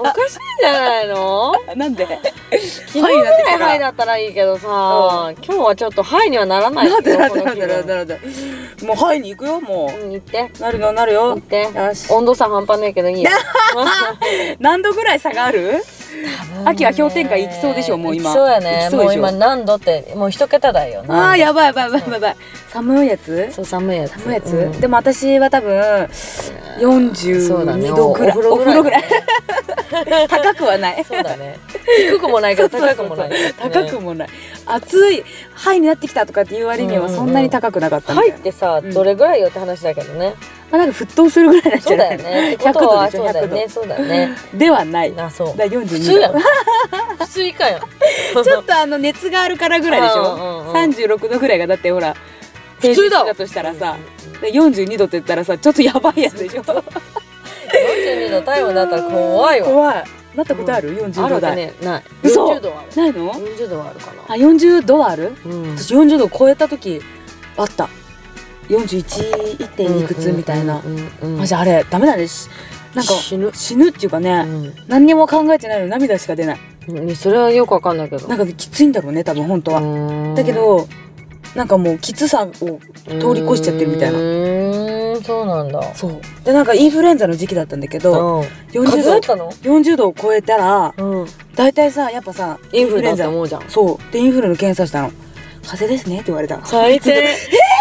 [SPEAKER 1] おかしいんじゃないの
[SPEAKER 2] になんで
[SPEAKER 1] 昨日ぐらいハイだったらいいけどさ、今日はちょっとハイにはならない
[SPEAKER 2] なんでなん
[SPEAKER 1] こ
[SPEAKER 2] で
[SPEAKER 1] の
[SPEAKER 2] なん
[SPEAKER 1] 気
[SPEAKER 2] で
[SPEAKER 1] 分
[SPEAKER 2] なんでなんでもうハイに行くよも
[SPEAKER 1] うん行って
[SPEAKER 2] うなるよなる
[SPEAKER 1] 行
[SPEAKER 2] よ
[SPEAKER 1] って
[SPEAKER 2] よし
[SPEAKER 1] 温度差半端ないけどいいよ
[SPEAKER 2] 何度ぐらい差がある秋は氷点下行きそうでしょもう今
[SPEAKER 1] 行きそうやね
[SPEAKER 2] 行きそうで
[SPEAKER 1] もう
[SPEAKER 2] しょ
[SPEAKER 1] 今何度ってもう一桁だよ
[SPEAKER 2] あー
[SPEAKER 1] っ
[SPEAKER 2] やばいやばいやばいやばい寒いやつ
[SPEAKER 1] そう寒いやつ
[SPEAKER 2] 寒いやつ、
[SPEAKER 1] うん
[SPEAKER 2] でも私は多分
[SPEAKER 1] そうだね
[SPEAKER 2] 42度ぐらい
[SPEAKER 1] おお風呂ぐらい
[SPEAKER 2] 高くはない
[SPEAKER 1] そうだね低くもないけど高くもない、ね、
[SPEAKER 2] 高くもない暑いハイになってきたとかっていう割にはそんなに高くなかったみたい
[SPEAKER 1] 入
[SPEAKER 2] な、
[SPEAKER 1] ってさ、
[SPEAKER 2] うん
[SPEAKER 1] どれぐらいよって話だけどね
[SPEAKER 2] あなんか沸騰するぐらいなんじ
[SPEAKER 1] そ
[SPEAKER 2] ゃ
[SPEAKER 1] う
[SPEAKER 2] な
[SPEAKER 1] だ
[SPEAKER 2] い
[SPEAKER 1] よ
[SPEAKER 2] の
[SPEAKER 1] ねって
[SPEAKER 2] 100
[SPEAKER 1] ことは
[SPEAKER 2] 度でし
[SPEAKER 1] そ
[SPEAKER 2] ょ
[SPEAKER 1] うだよ
[SPEAKER 2] 100
[SPEAKER 1] ねそうだよね
[SPEAKER 2] 度ではない
[SPEAKER 1] あそう
[SPEAKER 2] だ42度
[SPEAKER 1] 普通 やん普通以下やん
[SPEAKER 2] ちょっとあの熱があるからぐらいでし
[SPEAKER 1] うんうんう
[SPEAKER 2] ょ
[SPEAKER 1] ん
[SPEAKER 2] 36度ぐらいがだってほら
[SPEAKER 1] 普通だ
[SPEAKER 2] 平日としたらさで42度って言ったらさちょっとやばいやつでしょ
[SPEAKER 1] 42度体温だったら怖いわ
[SPEAKER 2] 怖いなったことある、
[SPEAKER 1] あ
[SPEAKER 2] 40
[SPEAKER 1] る
[SPEAKER 2] 度
[SPEAKER 1] わけ
[SPEAKER 2] 台、
[SPEAKER 1] ねない
[SPEAKER 2] 嘘
[SPEAKER 1] 40度はある
[SPEAKER 2] ないの
[SPEAKER 1] 40度はあるかな
[SPEAKER 2] あ40度はある
[SPEAKER 1] うん
[SPEAKER 2] 私40度超えた時あった41点いくつみたいな、
[SPEAKER 1] うんうん
[SPEAKER 2] マジあれダメだねしなんか
[SPEAKER 1] 死ぬ
[SPEAKER 2] 死ぬっていうかね、
[SPEAKER 1] う
[SPEAKER 2] 何にも考えてないのに涙しか出ない
[SPEAKER 1] んそれはよくわかんないけど
[SPEAKER 2] なんかきついんだろうね多分本当は、
[SPEAKER 1] は
[SPEAKER 2] だけどなんかもうきつさを通り越しちゃってるみたいな
[SPEAKER 1] うんそうなんだ
[SPEAKER 2] そうでなんかインフルエンザの時期だったんだけど、
[SPEAKER 1] うん風邪
[SPEAKER 2] 40
[SPEAKER 1] だ
[SPEAKER 2] 度
[SPEAKER 1] ったの
[SPEAKER 2] 40度を超えたら
[SPEAKER 1] うん
[SPEAKER 2] 大体さやっぱさ
[SPEAKER 1] インフルだっ
[SPEAKER 2] インフル
[SPEAKER 1] て
[SPEAKER 2] エン
[SPEAKER 1] 思うじゃん
[SPEAKER 2] ザそうでインフルの検査したの風邪ですねって言われたそう
[SPEAKER 1] 最低え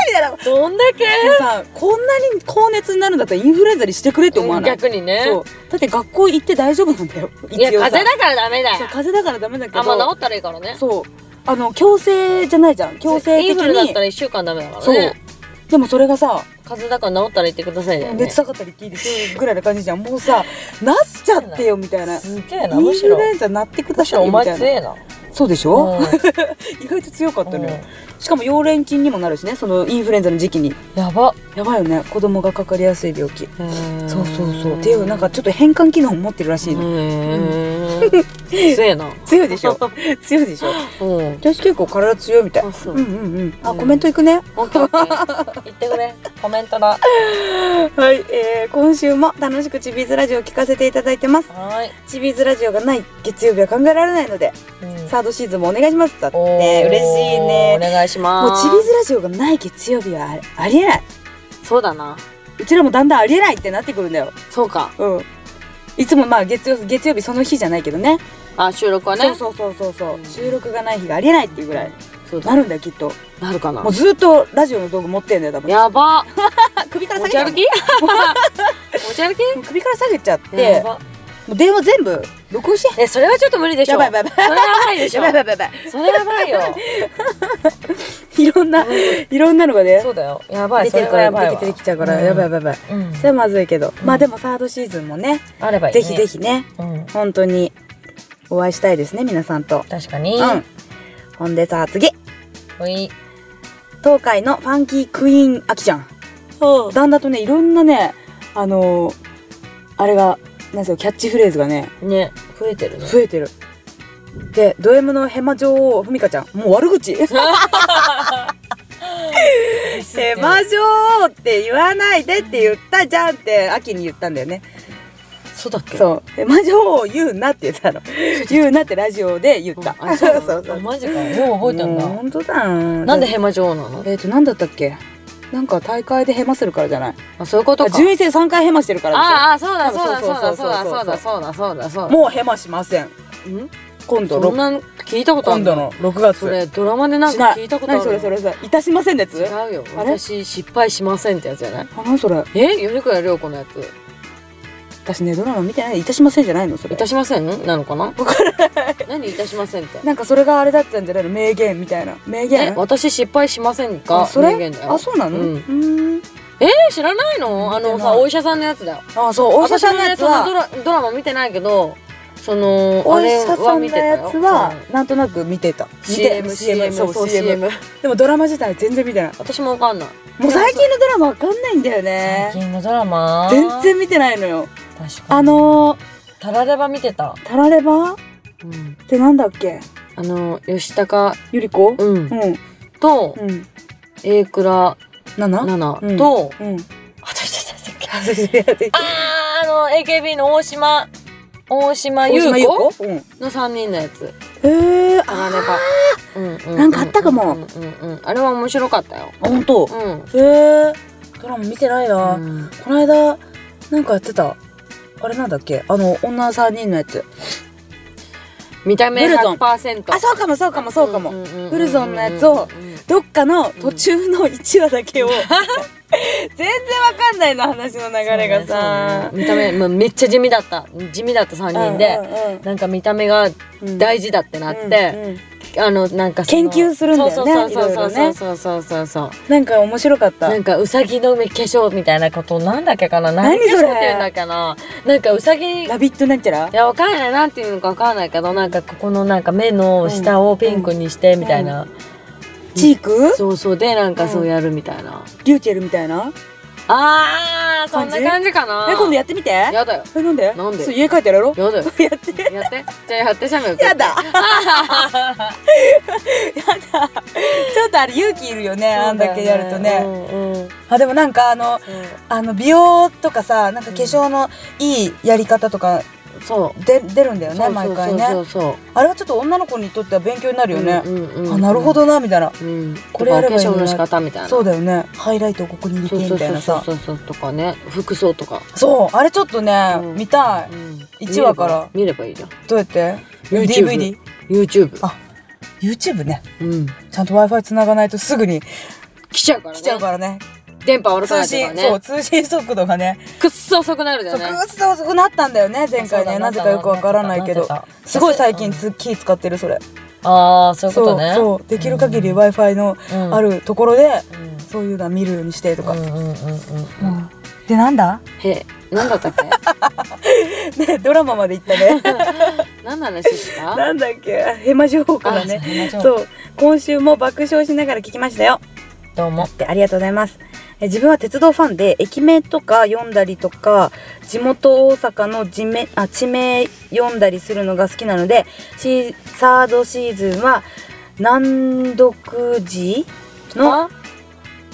[SPEAKER 2] みたいなもう
[SPEAKER 1] どんだけ
[SPEAKER 2] さこんなに高熱になるんだったらインフルエンザにしてくれって思わない
[SPEAKER 1] 逆にね
[SPEAKER 2] そうだって学校行って大丈夫なんだよ
[SPEAKER 1] いや
[SPEAKER 2] 一応さ
[SPEAKER 1] 風邪だからダメだ
[SPEAKER 2] そう
[SPEAKER 1] よ
[SPEAKER 2] 風邪だからダメだけど
[SPEAKER 1] あまあ治ったらいいからね
[SPEAKER 2] そうあの強制じゃないじゃん強制
[SPEAKER 1] イン
[SPEAKER 2] 的
[SPEAKER 1] フルだった
[SPEAKER 2] に
[SPEAKER 1] ら1週間ダメだから
[SPEAKER 2] そう
[SPEAKER 1] ね
[SPEAKER 2] でもそれがさ
[SPEAKER 1] 風邪だから治ったら言ってくださいだよね
[SPEAKER 2] 熱下がったり聞いてくるぐらいな感じじゃんもうさなっちゃってよみたいなイ
[SPEAKER 1] すげえな
[SPEAKER 2] ン
[SPEAKER 1] むし
[SPEAKER 2] フ
[SPEAKER 1] ろ
[SPEAKER 2] ルエンザなってくだ
[SPEAKER 1] むし
[SPEAKER 2] さ
[SPEAKER 1] ろ
[SPEAKER 2] い
[SPEAKER 1] お
[SPEAKER 2] よみた
[SPEAKER 1] 前強
[SPEAKER 2] いな
[SPEAKER 1] えな
[SPEAKER 2] そうでし
[SPEAKER 1] う
[SPEAKER 2] ょ、
[SPEAKER 1] ん
[SPEAKER 2] 意外と強かったのよ
[SPEAKER 1] う
[SPEAKER 2] しかも溶連菌にもなるしねそのインフルエンザの時期に
[SPEAKER 1] んやば
[SPEAKER 2] やばいよね子供がかかりやすい病気そうそうそうっていうなん
[SPEAKER 1] か
[SPEAKER 2] かちょっと変換機能を持ってるらしいの、
[SPEAKER 1] 強えな
[SPEAKER 2] 強いでしょ強いでしょ
[SPEAKER 1] うん
[SPEAKER 2] 私結構体強いみたい
[SPEAKER 1] あそう
[SPEAKER 2] うんうんうんあ
[SPEAKER 1] うん
[SPEAKER 2] コメントいくね
[SPEAKER 1] オッケーオッケー言ってくれコメントだ
[SPEAKER 2] はい、えー、今週も楽しくチビーズラジオを聞かせていただいてます
[SPEAKER 1] はーい
[SPEAKER 2] チビーズラジオがない月曜日は考えられないので
[SPEAKER 1] うん
[SPEAKER 2] サードシーズンもお願いしますだって
[SPEAKER 1] お
[SPEAKER 2] 嬉
[SPEAKER 1] ー
[SPEAKER 2] しい
[SPEAKER 1] お
[SPEAKER 2] ね
[SPEAKER 1] 願いし
[SPEAKER 2] も
[SPEAKER 1] ま
[SPEAKER 2] う
[SPEAKER 1] す
[SPEAKER 2] チビーズラジオがない月曜日はあありえない
[SPEAKER 1] そうだな
[SPEAKER 2] うちらもだんだんありえないってなってくるんだよ
[SPEAKER 1] そうか
[SPEAKER 2] うんいつもまあ月曜月曜日その日じゃないけどね
[SPEAKER 1] あ収録はね
[SPEAKER 2] そうそうそうそうそう、収録がない日がありえないっていうぐらい
[SPEAKER 1] そうだ
[SPEAKER 2] なるんだよきっと
[SPEAKER 1] なるかな
[SPEAKER 2] もうずっとラジオの道具持ってんだよ多分
[SPEAKER 1] やば
[SPEAKER 2] あ首から下げ
[SPEAKER 1] 持ち
[SPEAKER 2] ちゃう
[SPEAKER 1] 歩き持ち歩き
[SPEAKER 2] もう首から下げちゃっ
[SPEAKER 1] や
[SPEAKER 2] て
[SPEAKER 1] ば
[SPEAKER 2] もう電話全部録音して
[SPEAKER 1] えそれはちょっと無理でしょ
[SPEAKER 2] やばいやばいやばい
[SPEAKER 1] それはやばいでしょ
[SPEAKER 2] やばいやばいやばい
[SPEAKER 1] それやば いよ
[SPEAKER 2] いろんな、いろんなのがね
[SPEAKER 1] そうだよやばい
[SPEAKER 2] 出
[SPEAKER 1] そ
[SPEAKER 2] て
[SPEAKER 1] れ
[SPEAKER 2] るか
[SPEAKER 1] は
[SPEAKER 2] ら
[SPEAKER 1] やばい
[SPEAKER 2] 出
[SPEAKER 1] わ
[SPEAKER 2] てきちゃうから、
[SPEAKER 1] うん
[SPEAKER 2] やばいやばいやばい
[SPEAKER 1] うん
[SPEAKER 2] それはまずいけど、まあでもサードシーズンもね、
[SPEAKER 1] あればいい
[SPEAKER 2] ぜ
[SPEAKER 1] ね
[SPEAKER 2] ひぜひね
[SPEAKER 1] うん
[SPEAKER 2] 本当にお会いしたいですね皆さんと、
[SPEAKER 1] 確かに
[SPEAKER 2] うんほんでさ次
[SPEAKER 1] ほい
[SPEAKER 2] 東海のファンキークイーンあきちゃんだんだんとねいろんなねあのーあれがなんですよキャッチフレーズがね
[SPEAKER 1] ね増えてるね
[SPEAKER 2] 増えてるでド M のヘマ女王ふみかちゃんもう悪 口ヘマ女王って言わないでって言ったじゃんって秋に言ったんだよね
[SPEAKER 1] そうだっけ
[SPEAKER 2] そうヘマ女王を言うなって言ったの言うなってラジオで言った、
[SPEAKER 1] あ
[SPEAKER 2] そう
[SPEAKER 1] そ
[SPEAKER 2] そうう
[SPEAKER 1] そ
[SPEAKER 2] そうう
[SPEAKER 1] マジかよう覚えてん
[SPEAKER 2] もう
[SPEAKER 1] だ
[SPEAKER 2] 本当だ
[SPEAKER 1] なんでヘマ女王なの
[SPEAKER 2] えっ、となんだったっけなんか大会でヘマするからじゃない
[SPEAKER 1] あそういうことか
[SPEAKER 2] 順位戦3回ヘマしてるからでしょ
[SPEAKER 1] ああそうだそうだ
[SPEAKER 2] そうだ
[SPEAKER 1] そうだそうだそうだそうだそうだそうだ
[SPEAKER 2] もうヘマしません
[SPEAKER 1] うん
[SPEAKER 2] 今度
[SPEAKER 1] そん
[SPEAKER 2] ろ
[SPEAKER 1] な聞いたことあ
[SPEAKER 2] 今
[SPEAKER 1] る
[SPEAKER 2] 度の6月
[SPEAKER 1] それドラマでなん
[SPEAKER 2] し
[SPEAKER 1] か
[SPEAKER 2] ない
[SPEAKER 1] 聞いたことあ
[SPEAKER 2] 何
[SPEAKER 1] る
[SPEAKER 2] それそれそれいたしませんのやつあ
[SPEAKER 1] 違うよ
[SPEAKER 2] あれ
[SPEAKER 1] 私失敗しませんってやつじゃない
[SPEAKER 2] 何それ
[SPEAKER 1] え米倉涼子のやつ
[SPEAKER 2] 私ねドラマ見てないいたしませんじゃないのそれ
[SPEAKER 1] いたしませんなのかな分からない何いたしませんって
[SPEAKER 2] なんかそれがあれだったんじゃないの名言みたいな名
[SPEAKER 1] え
[SPEAKER 2] 言
[SPEAKER 1] 私失敗しません
[SPEAKER 2] あ
[SPEAKER 1] か
[SPEAKER 2] それ
[SPEAKER 1] 名言だよ
[SPEAKER 2] あそうなの
[SPEAKER 1] うん
[SPEAKER 2] うーん
[SPEAKER 1] えー、知らないのあの
[SPEAKER 2] 見てな
[SPEAKER 1] さ
[SPEAKER 2] い
[SPEAKER 1] お医者さんのやつだよ
[SPEAKER 2] あそうお医者さんのやつは
[SPEAKER 1] 私もねそのドラドラマ見てないけどその
[SPEAKER 2] お医者さ
[SPEAKER 1] あれは
[SPEAKER 2] んの
[SPEAKER 1] 見てた
[SPEAKER 2] や
[SPEAKER 1] よ
[SPEAKER 2] つはなんとなく見てた見て
[SPEAKER 1] CM CM
[SPEAKER 2] そう
[SPEAKER 1] そう
[SPEAKER 2] CM
[SPEAKER 1] CM
[SPEAKER 2] でもドラマ自体全然見てない
[SPEAKER 1] 私もわかんない
[SPEAKER 2] もう最近のドラマわかんないんだよね
[SPEAKER 1] 近のドラマ
[SPEAKER 2] 全然見てないのよ
[SPEAKER 1] 確か
[SPEAKER 2] あのー、
[SPEAKER 1] タラレバ見てた、
[SPEAKER 2] タラレバっ
[SPEAKER 1] うん、
[SPEAKER 2] てなんだっけ
[SPEAKER 1] あの吉高
[SPEAKER 2] ゆりこ
[SPEAKER 1] うん、
[SPEAKER 2] うん
[SPEAKER 1] と
[SPEAKER 2] うん
[SPEAKER 1] 榮倉
[SPEAKER 2] なな
[SPEAKER 1] 奈々
[SPEAKER 2] うん
[SPEAKER 1] と、
[SPEAKER 2] うん
[SPEAKER 1] 私たち だっけ
[SPEAKER 2] あそうそうそう
[SPEAKER 1] あーあの AKB の大島大島優
[SPEAKER 2] 大島優
[SPEAKER 1] 子
[SPEAKER 2] 子うん
[SPEAKER 1] の三人のやつ
[SPEAKER 2] へえ
[SPEAKER 1] タラレバうんうう
[SPEAKER 2] なんかあったかも
[SPEAKER 1] うんうんうんあれは面白かったよ
[SPEAKER 2] 本当
[SPEAKER 1] うん
[SPEAKER 2] へえドラマ見てないな、
[SPEAKER 1] うん
[SPEAKER 2] この間なんかやってたあれなんだっけあの女3人のやつ
[SPEAKER 1] 見た目
[SPEAKER 2] ブルゾン
[SPEAKER 1] 100%
[SPEAKER 2] あそうかもそうかもそうかも、
[SPEAKER 1] んんんんん
[SPEAKER 2] ブルゾンのやつをどっかの途中の1話だけを、 全然わかんないの話の流れがさ、
[SPEAKER 1] そうねそうね見た目、まあ、めっちゃ地味だった地味だった3人で、なんか見た目が
[SPEAKER 2] うんうんうん
[SPEAKER 1] 大事だってなって、
[SPEAKER 2] うんうん
[SPEAKER 1] あのなんかその
[SPEAKER 2] 研究するんだよね
[SPEAKER 1] そうそうそう
[SPEAKER 2] いろいろ
[SPEAKER 1] そう
[SPEAKER 2] ね
[SPEAKER 1] そうそうそうそう
[SPEAKER 2] なんか面白かった
[SPEAKER 1] なんかうさぎの化粧みたいなことなんだっけかな
[SPEAKER 2] 何それ
[SPEAKER 1] 化粧って言うんだっけななんかうさ
[SPEAKER 2] 「
[SPEAKER 1] ぎい
[SPEAKER 2] ラビット!」なんちゃら
[SPEAKER 1] やわかんないなんていうのかわかんないけどなんかここのなんか目の下をピンクにしてみたいな、
[SPEAKER 2] チーク
[SPEAKER 1] そうそうでなんかそうやるみたいな、
[SPEAKER 2] リューチェルみたいな
[SPEAKER 1] あーそんな感じかな
[SPEAKER 2] え今度やってみてえ
[SPEAKER 1] やだよ
[SPEAKER 2] なんで
[SPEAKER 1] なんで
[SPEAKER 2] そう家帰ってやろう
[SPEAKER 1] やだ よ
[SPEAKER 2] やって
[SPEAKER 1] やってじゃあやってしゃべる
[SPEAKER 2] やだ やだちょっとあれ勇気いるよねあんだけやると
[SPEAKER 1] う
[SPEAKER 2] ね
[SPEAKER 1] んうん
[SPEAKER 2] あでもなんかあのあの美容とかさなんか化粧のいいやり方とか
[SPEAKER 1] そう
[SPEAKER 2] で出るんだよ
[SPEAKER 1] そ
[SPEAKER 2] ね
[SPEAKER 1] う
[SPEAKER 2] 毎回
[SPEAKER 1] そ
[SPEAKER 2] ね
[SPEAKER 1] うそう
[SPEAKER 2] あれはちょっと女の子にとっては勉強になる
[SPEAKER 1] そう
[SPEAKER 2] よね
[SPEAKER 1] うんうんうん
[SPEAKER 2] あなるほどなみたいな
[SPEAKER 1] うん
[SPEAKER 2] これやればいい
[SPEAKER 1] と
[SPEAKER 2] の
[SPEAKER 1] かお化粧の仕方みたいな
[SPEAKER 2] そうだよねハイライトをここに入れて
[SPEAKER 1] そうそ
[SPEAKER 2] み
[SPEAKER 1] う
[SPEAKER 2] たい
[SPEAKER 1] そ
[SPEAKER 2] な
[SPEAKER 1] うそう
[SPEAKER 2] さ
[SPEAKER 1] そうそうとかね服装とか
[SPEAKER 2] そうあれちょっとね
[SPEAKER 1] うん
[SPEAKER 2] 見たい一話から
[SPEAKER 1] 見れば見ればいいじゃん
[SPEAKER 2] どうやって
[SPEAKER 1] YouTube
[SPEAKER 2] DVD
[SPEAKER 1] YouTube
[SPEAKER 2] あ YouTube ね
[SPEAKER 1] うん
[SPEAKER 2] ちゃんと w i f i 繋がないとすぐに
[SPEAKER 1] 来ちゃうからね
[SPEAKER 2] 来ちゃうからね
[SPEAKER 1] 電波悪く
[SPEAKER 2] 通
[SPEAKER 1] なっちゃ
[SPEAKER 2] 信、
[SPEAKER 1] う
[SPEAKER 2] そう
[SPEAKER 1] ね
[SPEAKER 2] 通信速度がね
[SPEAKER 1] くっそ遅くなるじ
[SPEAKER 2] そ
[SPEAKER 1] ゃ
[SPEAKER 2] うク
[SPEAKER 1] ね
[SPEAKER 2] ースが遅くなったんだよね前
[SPEAKER 1] そう
[SPEAKER 2] 回
[SPEAKER 1] だ
[SPEAKER 2] ね
[SPEAKER 1] な
[SPEAKER 2] な
[SPEAKER 1] っ
[SPEAKER 2] ぜ
[SPEAKER 1] てた
[SPEAKER 2] かよくわからないけど
[SPEAKER 1] なってた
[SPEAKER 2] すごい最近
[SPEAKER 1] うん
[SPEAKER 2] つ気使ってるそれ
[SPEAKER 1] ああそういうこ
[SPEAKER 2] そ
[SPEAKER 1] と
[SPEAKER 2] う
[SPEAKER 1] ね
[SPEAKER 2] そうできる限り w i f i の
[SPEAKER 1] うん
[SPEAKER 2] あるところで
[SPEAKER 1] うん
[SPEAKER 2] そういうのは見るようにしてとか
[SPEAKER 1] うんうんうんうん
[SPEAKER 2] うんでなんだ
[SPEAKER 1] へなんだった っけ
[SPEAKER 2] ねドラマまで行ったね
[SPEAKER 1] 何の話した
[SPEAKER 2] なんだっけヘマ情報からねそう今週も爆笑しながら聞きましたよ
[SPEAKER 1] どうも
[SPEAKER 2] ってありがとうございますえ自分は鉄道ファンで駅名とか読んだりとか地元大阪の地名あ地名読んだりするのが好きなのでシーサードシーズンは難読字の
[SPEAKER 1] あ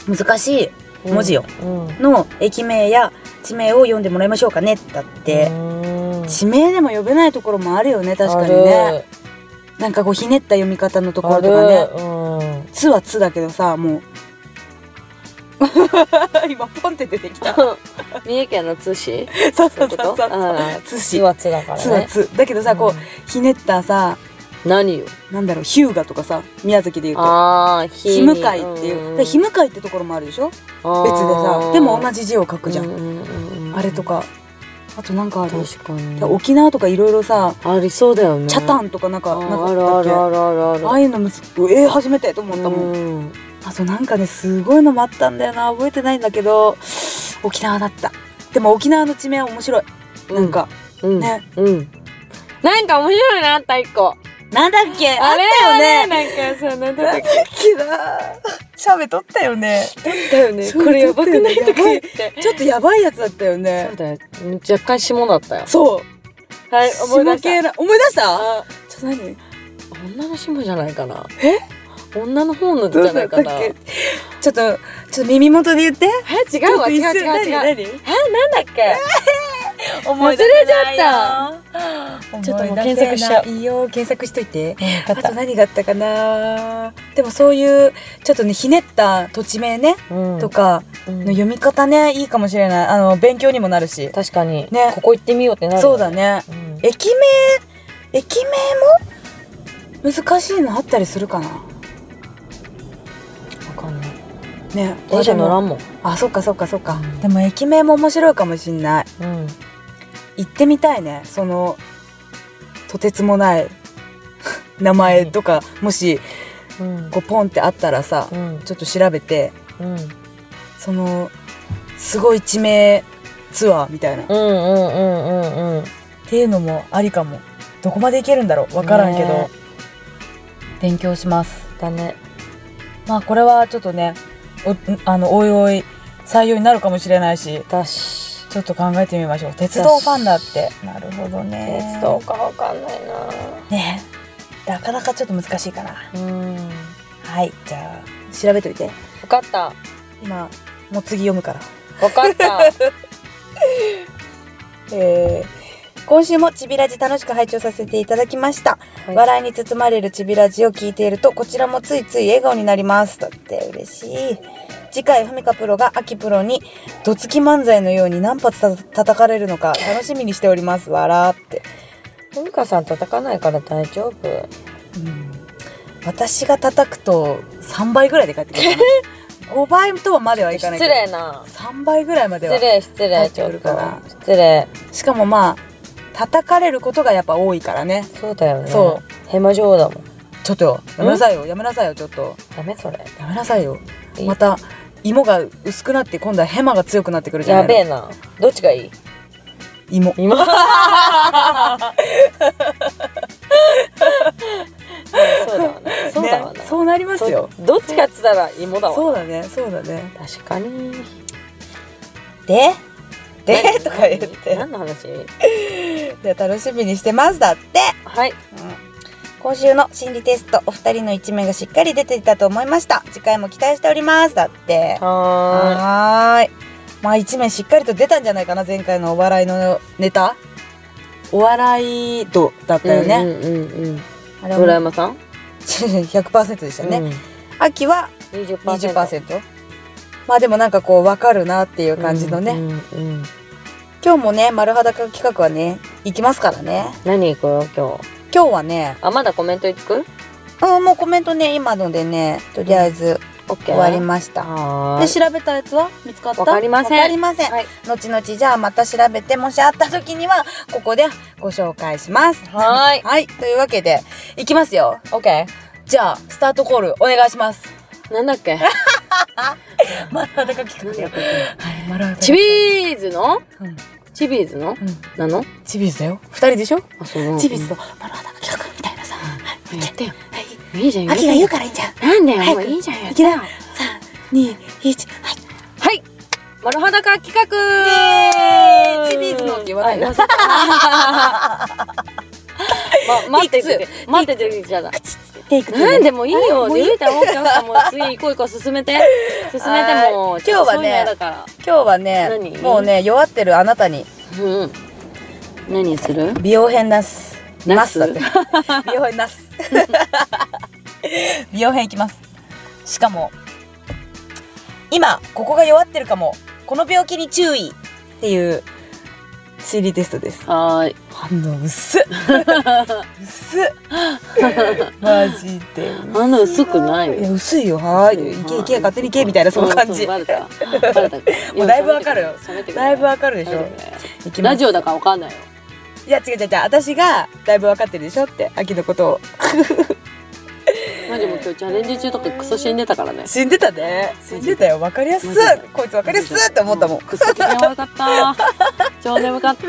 [SPEAKER 2] 難しい文字を、
[SPEAKER 1] うん
[SPEAKER 2] の駅名や地名を読んでもらいましょうかねだって、地名でも呼べないところもあるよね確かにねなんかこうひねった読み方のと
[SPEAKER 1] と
[SPEAKER 2] ころとかね
[SPEAKER 1] ね
[SPEAKER 2] 「つ」は「つ」だけどさもう今ポンって出てきた
[SPEAKER 1] 三重県の津市
[SPEAKER 2] そう
[SPEAKER 1] そ
[SPEAKER 2] そう
[SPEAKER 1] いううこ
[SPEAKER 2] そう
[SPEAKER 1] と
[SPEAKER 2] そう
[SPEAKER 1] うん
[SPEAKER 2] つし
[SPEAKER 1] 津は津だから
[SPEAKER 2] つは
[SPEAKER 1] ね
[SPEAKER 2] つだけどさこ
[SPEAKER 1] うん
[SPEAKER 2] うひねったさ
[SPEAKER 1] 何よ
[SPEAKER 2] なんだろう日向とかさ宮崎でいうと
[SPEAKER 1] ああ
[SPEAKER 2] 日
[SPEAKER 1] 日
[SPEAKER 2] 向海っていうで日向海ってところもあるでしょ別でさでも同
[SPEAKER 1] じ
[SPEAKER 2] じ字を書くじゃんあれとかあとなんかある
[SPEAKER 1] 確かに
[SPEAKER 2] で沖縄とかいろいろさ
[SPEAKER 1] ありそうだよね
[SPEAKER 2] チャタ
[SPEAKER 1] ン
[SPEAKER 2] ンとかなん
[SPEAKER 1] あ
[SPEAKER 2] かな
[SPEAKER 1] あ
[SPEAKER 2] かっ
[SPEAKER 1] る
[SPEAKER 2] た
[SPEAKER 1] あ
[SPEAKER 2] っけ
[SPEAKER 1] るあるあるある
[SPEAKER 2] ああいうのむずえー、初めてと思ったもん
[SPEAKER 1] うん
[SPEAKER 2] あとなんかねすごいのもあったんだよな覚えてないんだけど沖縄だったでも沖縄の地名は面白いなんか、
[SPEAKER 1] うん
[SPEAKER 2] ね
[SPEAKER 1] うんなんか面白いのあった一個
[SPEAKER 2] なんだっけあっ
[SPEAKER 1] あ
[SPEAKER 2] た
[SPEAKER 1] れ
[SPEAKER 2] よ
[SPEAKER 1] はね
[SPEAKER 2] ね
[SPEAKER 1] なんかさなんだ
[SPEAKER 2] な
[SPEAKER 1] った
[SPEAKER 2] ん
[SPEAKER 1] っ
[SPEAKER 2] だっけな喋っとったよね
[SPEAKER 1] けだよねこれやばくないとか言って
[SPEAKER 2] ちょっとやばいやつだったよ
[SPEAKER 1] そ
[SPEAKER 2] ね
[SPEAKER 1] うだよ若干下だったよ
[SPEAKER 2] そう
[SPEAKER 1] はい思い出し
[SPEAKER 2] 下系
[SPEAKER 1] た
[SPEAKER 2] な思い出した
[SPEAKER 1] あ
[SPEAKER 2] ちょっと何
[SPEAKER 1] 女の下じゃないかな
[SPEAKER 2] え
[SPEAKER 1] 女の方のじ
[SPEAKER 2] ど
[SPEAKER 1] ゃ
[SPEAKER 2] う
[SPEAKER 1] な
[SPEAKER 2] だ
[SPEAKER 1] い
[SPEAKER 2] った
[SPEAKER 1] か
[SPEAKER 2] っ
[SPEAKER 1] な
[SPEAKER 2] けちょっとちょっと耳元で言って
[SPEAKER 1] え違うわ違う違う違う
[SPEAKER 2] う
[SPEAKER 1] えなんだっけ
[SPEAKER 2] 何
[SPEAKER 1] 忘れちゃ
[SPEAKER 2] ったちょっともう
[SPEAKER 1] 思い出せない
[SPEAKER 2] 検索しちゃういいよ検索しといて
[SPEAKER 1] た
[SPEAKER 2] あと何があったかなでもそういうちょっとねひねった土地名ね
[SPEAKER 1] うん
[SPEAKER 2] とか
[SPEAKER 1] うん
[SPEAKER 2] の読み方ねいいかもしれないあの勉強にもなるし
[SPEAKER 1] 確かに
[SPEAKER 2] ね
[SPEAKER 1] ここ行ってみようってなる
[SPEAKER 2] そうだね
[SPEAKER 1] うん
[SPEAKER 2] 駅名駅名も難しいのあったりするかな
[SPEAKER 1] わかんない
[SPEAKER 2] ね
[SPEAKER 1] 電車乗ら
[SPEAKER 2] ん
[SPEAKER 1] んもん
[SPEAKER 2] あそっかそっかそっか
[SPEAKER 1] うん
[SPEAKER 2] でも駅名も面白いかもしんない
[SPEAKER 1] うん
[SPEAKER 2] 行ってみたいねそのとてつもない 名前とかもし
[SPEAKER 1] うん
[SPEAKER 2] こうポンってあったらさ
[SPEAKER 1] うん
[SPEAKER 2] ちょっと調べて
[SPEAKER 1] うん
[SPEAKER 2] そのすごい地名ツアーみたいなっ
[SPEAKER 1] うんうんうんうん
[SPEAKER 2] ていうのもありかもどこまで行けるんだろうわ
[SPEAKER 1] ね
[SPEAKER 2] 勉強します
[SPEAKER 1] だね
[SPEAKER 2] まあこれはちょっとねおあのおいおい採用になるかもしれないし
[SPEAKER 1] だし
[SPEAKER 2] ちょっと考えてみましょう鉄道ファンだってなるほどね
[SPEAKER 1] 鉄道かわかんないな
[SPEAKER 2] ねなかなかちょっと難しいかな
[SPEAKER 1] うん
[SPEAKER 2] はいじゃあ調べといて
[SPEAKER 1] 分かった
[SPEAKER 2] 今もう次読むから
[SPEAKER 1] 分かった
[SPEAKER 2] えー今週もちびラジ楽しく拝聴させていただきました、
[SPEAKER 1] はい
[SPEAKER 2] 笑いに包まれるちびラジを聞いているとこちらもついつい笑顔になりますだって嬉しい次回ふみかプロが秋プロにどつき漫才のように何発た叩かれるのか楽しみにしております笑って、
[SPEAKER 1] ふみかさん叩かないから大丈夫
[SPEAKER 2] 私が叩くと3倍ぐらいで帰ってくるかな5倍とはまではいか
[SPEAKER 1] 失
[SPEAKER 2] ない
[SPEAKER 1] 礼な
[SPEAKER 2] 3倍ぐらいまでは
[SPEAKER 1] 失礼失礼ち
[SPEAKER 2] 帰って
[SPEAKER 1] ょ
[SPEAKER 2] く
[SPEAKER 1] っ
[SPEAKER 2] る
[SPEAKER 1] と
[SPEAKER 2] から
[SPEAKER 1] 失礼
[SPEAKER 2] しかもまあ叩かれることがやっぱ多いからね
[SPEAKER 1] そうだよね
[SPEAKER 2] そう
[SPEAKER 1] ヘマ女王だもん
[SPEAKER 2] ちょっとやめなさいよやめなさいよちょっと
[SPEAKER 1] ダメそれ
[SPEAKER 2] やめなさいよ
[SPEAKER 1] いい
[SPEAKER 2] また芋が薄くなって今度はヘマが強くなってくるじゃ
[SPEAKER 1] や
[SPEAKER 2] ないの
[SPEAKER 1] べえなどっちがいい
[SPEAKER 2] 芋
[SPEAKER 1] 今そうだわなそうだわな、
[SPEAKER 2] ねそうなりますよ
[SPEAKER 1] そうどっちかっつったら芋だわ
[SPEAKER 2] そうだねそうだね
[SPEAKER 1] 確かに
[SPEAKER 2] でで
[SPEAKER 1] 何
[SPEAKER 2] とか言って
[SPEAKER 1] 何の話
[SPEAKER 2] で楽しみにしてますだって
[SPEAKER 1] はい
[SPEAKER 2] 今週の心理テストお二人の一面がしっかり出ていたと思いました次回も期待しておりますだって
[SPEAKER 1] は
[SPEAKER 2] はーいまあ一面しっかりと出たんじゃないかな前回のお笑いのネタお笑い度だっ
[SPEAKER 1] ー
[SPEAKER 2] た
[SPEAKER 1] い
[SPEAKER 2] よね、
[SPEAKER 1] うんうんうんうん
[SPEAKER 2] あれは
[SPEAKER 1] 村山さん
[SPEAKER 2] 100%でしたね、
[SPEAKER 1] うん
[SPEAKER 2] 秋は
[SPEAKER 1] 20%
[SPEAKER 2] 20%まあでもなんかこう分かるなっていう感じのね、
[SPEAKER 1] うんうんうん
[SPEAKER 2] 今日もね丸裸企画はね行きますからね
[SPEAKER 1] 何行くよ今日
[SPEAKER 2] 今日はね
[SPEAKER 1] あまだコメントいく
[SPEAKER 2] うんもうコメントね今のでねとりあえず
[SPEAKER 1] ?OK
[SPEAKER 2] 終わりました、
[SPEAKER 1] はー
[SPEAKER 2] で
[SPEAKER 1] い
[SPEAKER 2] 調べたやつは見つかった
[SPEAKER 1] わかりません
[SPEAKER 2] わかりません、
[SPEAKER 1] はい
[SPEAKER 2] 後々じゃあまた調べてもしあった時にはここでご紹介します
[SPEAKER 1] はーい
[SPEAKER 2] はいというわけで行きますよ
[SPEAKER 1] OK
[SPEAKER 2] じゃあスタートコールお願いします
[SPEAKER 1] なんだっけ
[SPEAKER 2] 丸裸企画はい丸裸
[SPEAKER 1] チビーズの
[SPEAKER 2] うん
[SPEAKER 1] チビーズ
[SPEAKER 2] う
[SPEAKER 1] の
[SPEAKER 2] ん
[SPEAKER 1] なの
[SPEAKER 2] チビーズだよ二人でしょ
[SPEAKER 1] あそうなの
[SPEAKER 2] チビーズと丸裸企画みたいなさ
[SPEAKER 1] うんやってよ
[SPEAKER 2] はい
[SPEAKER 1] いいじゃん
[SPEAKER 2] 秋が言うからいいんじゃん
[SPEAKER 1] なんだよ
[SPEAKER 2] 早
[SPEAKER 1] も
[SPEAKER 2] く
[SPEAKER 1] ういいじゃんや
[SPEAKER 2] 行
[SPEAKER 1] っ
[SPEAKER 2] き
[SPEAKER 1] て
[SPEAKER 2] な
[SPEAKER 1] よ
[SPEAKER 2] よ321はい
[SPEAKER 1] はい丸裸企画
[SPEAKER 2] イエーイチビーズのって言わないの
[SPEAKER 1] あ忘れた ま待ってて待っててじゃあ
[SPEAKER 2] テイク2
[SPEAKER 1] なんでもいいよ。
[SPEAKER 2] もういい
[SPEAKER 1] 出てもうちゃもう次行こう行こう進めて 進めてもう
[SPEAKER 2] 今日はね
[SPEAKER 1] そういうの嫌だから。
[SPEAKER 2] 今日はね
[SPEAKER 1] 何
[SPEAKER 2] もうね弱ってるあなたに
[SPEAKER 1] うんうん。何する？
[SPEAKER 2] 美容編なす
[SPEAKER 1] ナ
[SPEAKER 2] な
[SPEAKER 1] ス
[SPEAKER 2] すだって 美容編なす美容編いきますしかも今ここが弱ってるかもこの病気に注意っていう心理テストです
[SPEAKER 1] はーい。
[SPEAKER 2] 反応薄っ薄っマジで
[SPEAKER 1] 反応薄くないよ
[SPEAKER 2] や薄いよはーいい
[SPEAKER 1] 薄い
[SPEAKER 2] けいけ勝手にいけみたいなその感じ
[SPEAKER 1] バ レた。バレた。
[SPEAKER 2] もうだいぶわかるよ
[SPEAKER 1] 喋ってくれ
[SPEAKER 2] だいぶわかるでし
[SPEAKER 1] 喋
[SPEAKER 2] ょ
[SPEAKER 1] ってくれ
[SPEAKER 2] いきま
[SPEAKER 1] ラ
[SPEAKER 2] す
[SPEAKER 1] ジオだからわかんないよ。
[SPEAKER 2] いや違う違う違う私がだいぶ分かってるでしょって秋のことを
[SPEAKER 1] まあでも今日チャレンジ中とかクソ死んでたからね。
[SPEAKER 2] 死んでたね死んでたよ分かりやすい
[SPEAKER 1] マジで
[SPEAKER 2] こいつ分かりやすいって思ったもん
[SPEAKER 1] うクソ気分悪 かった。超眠かって。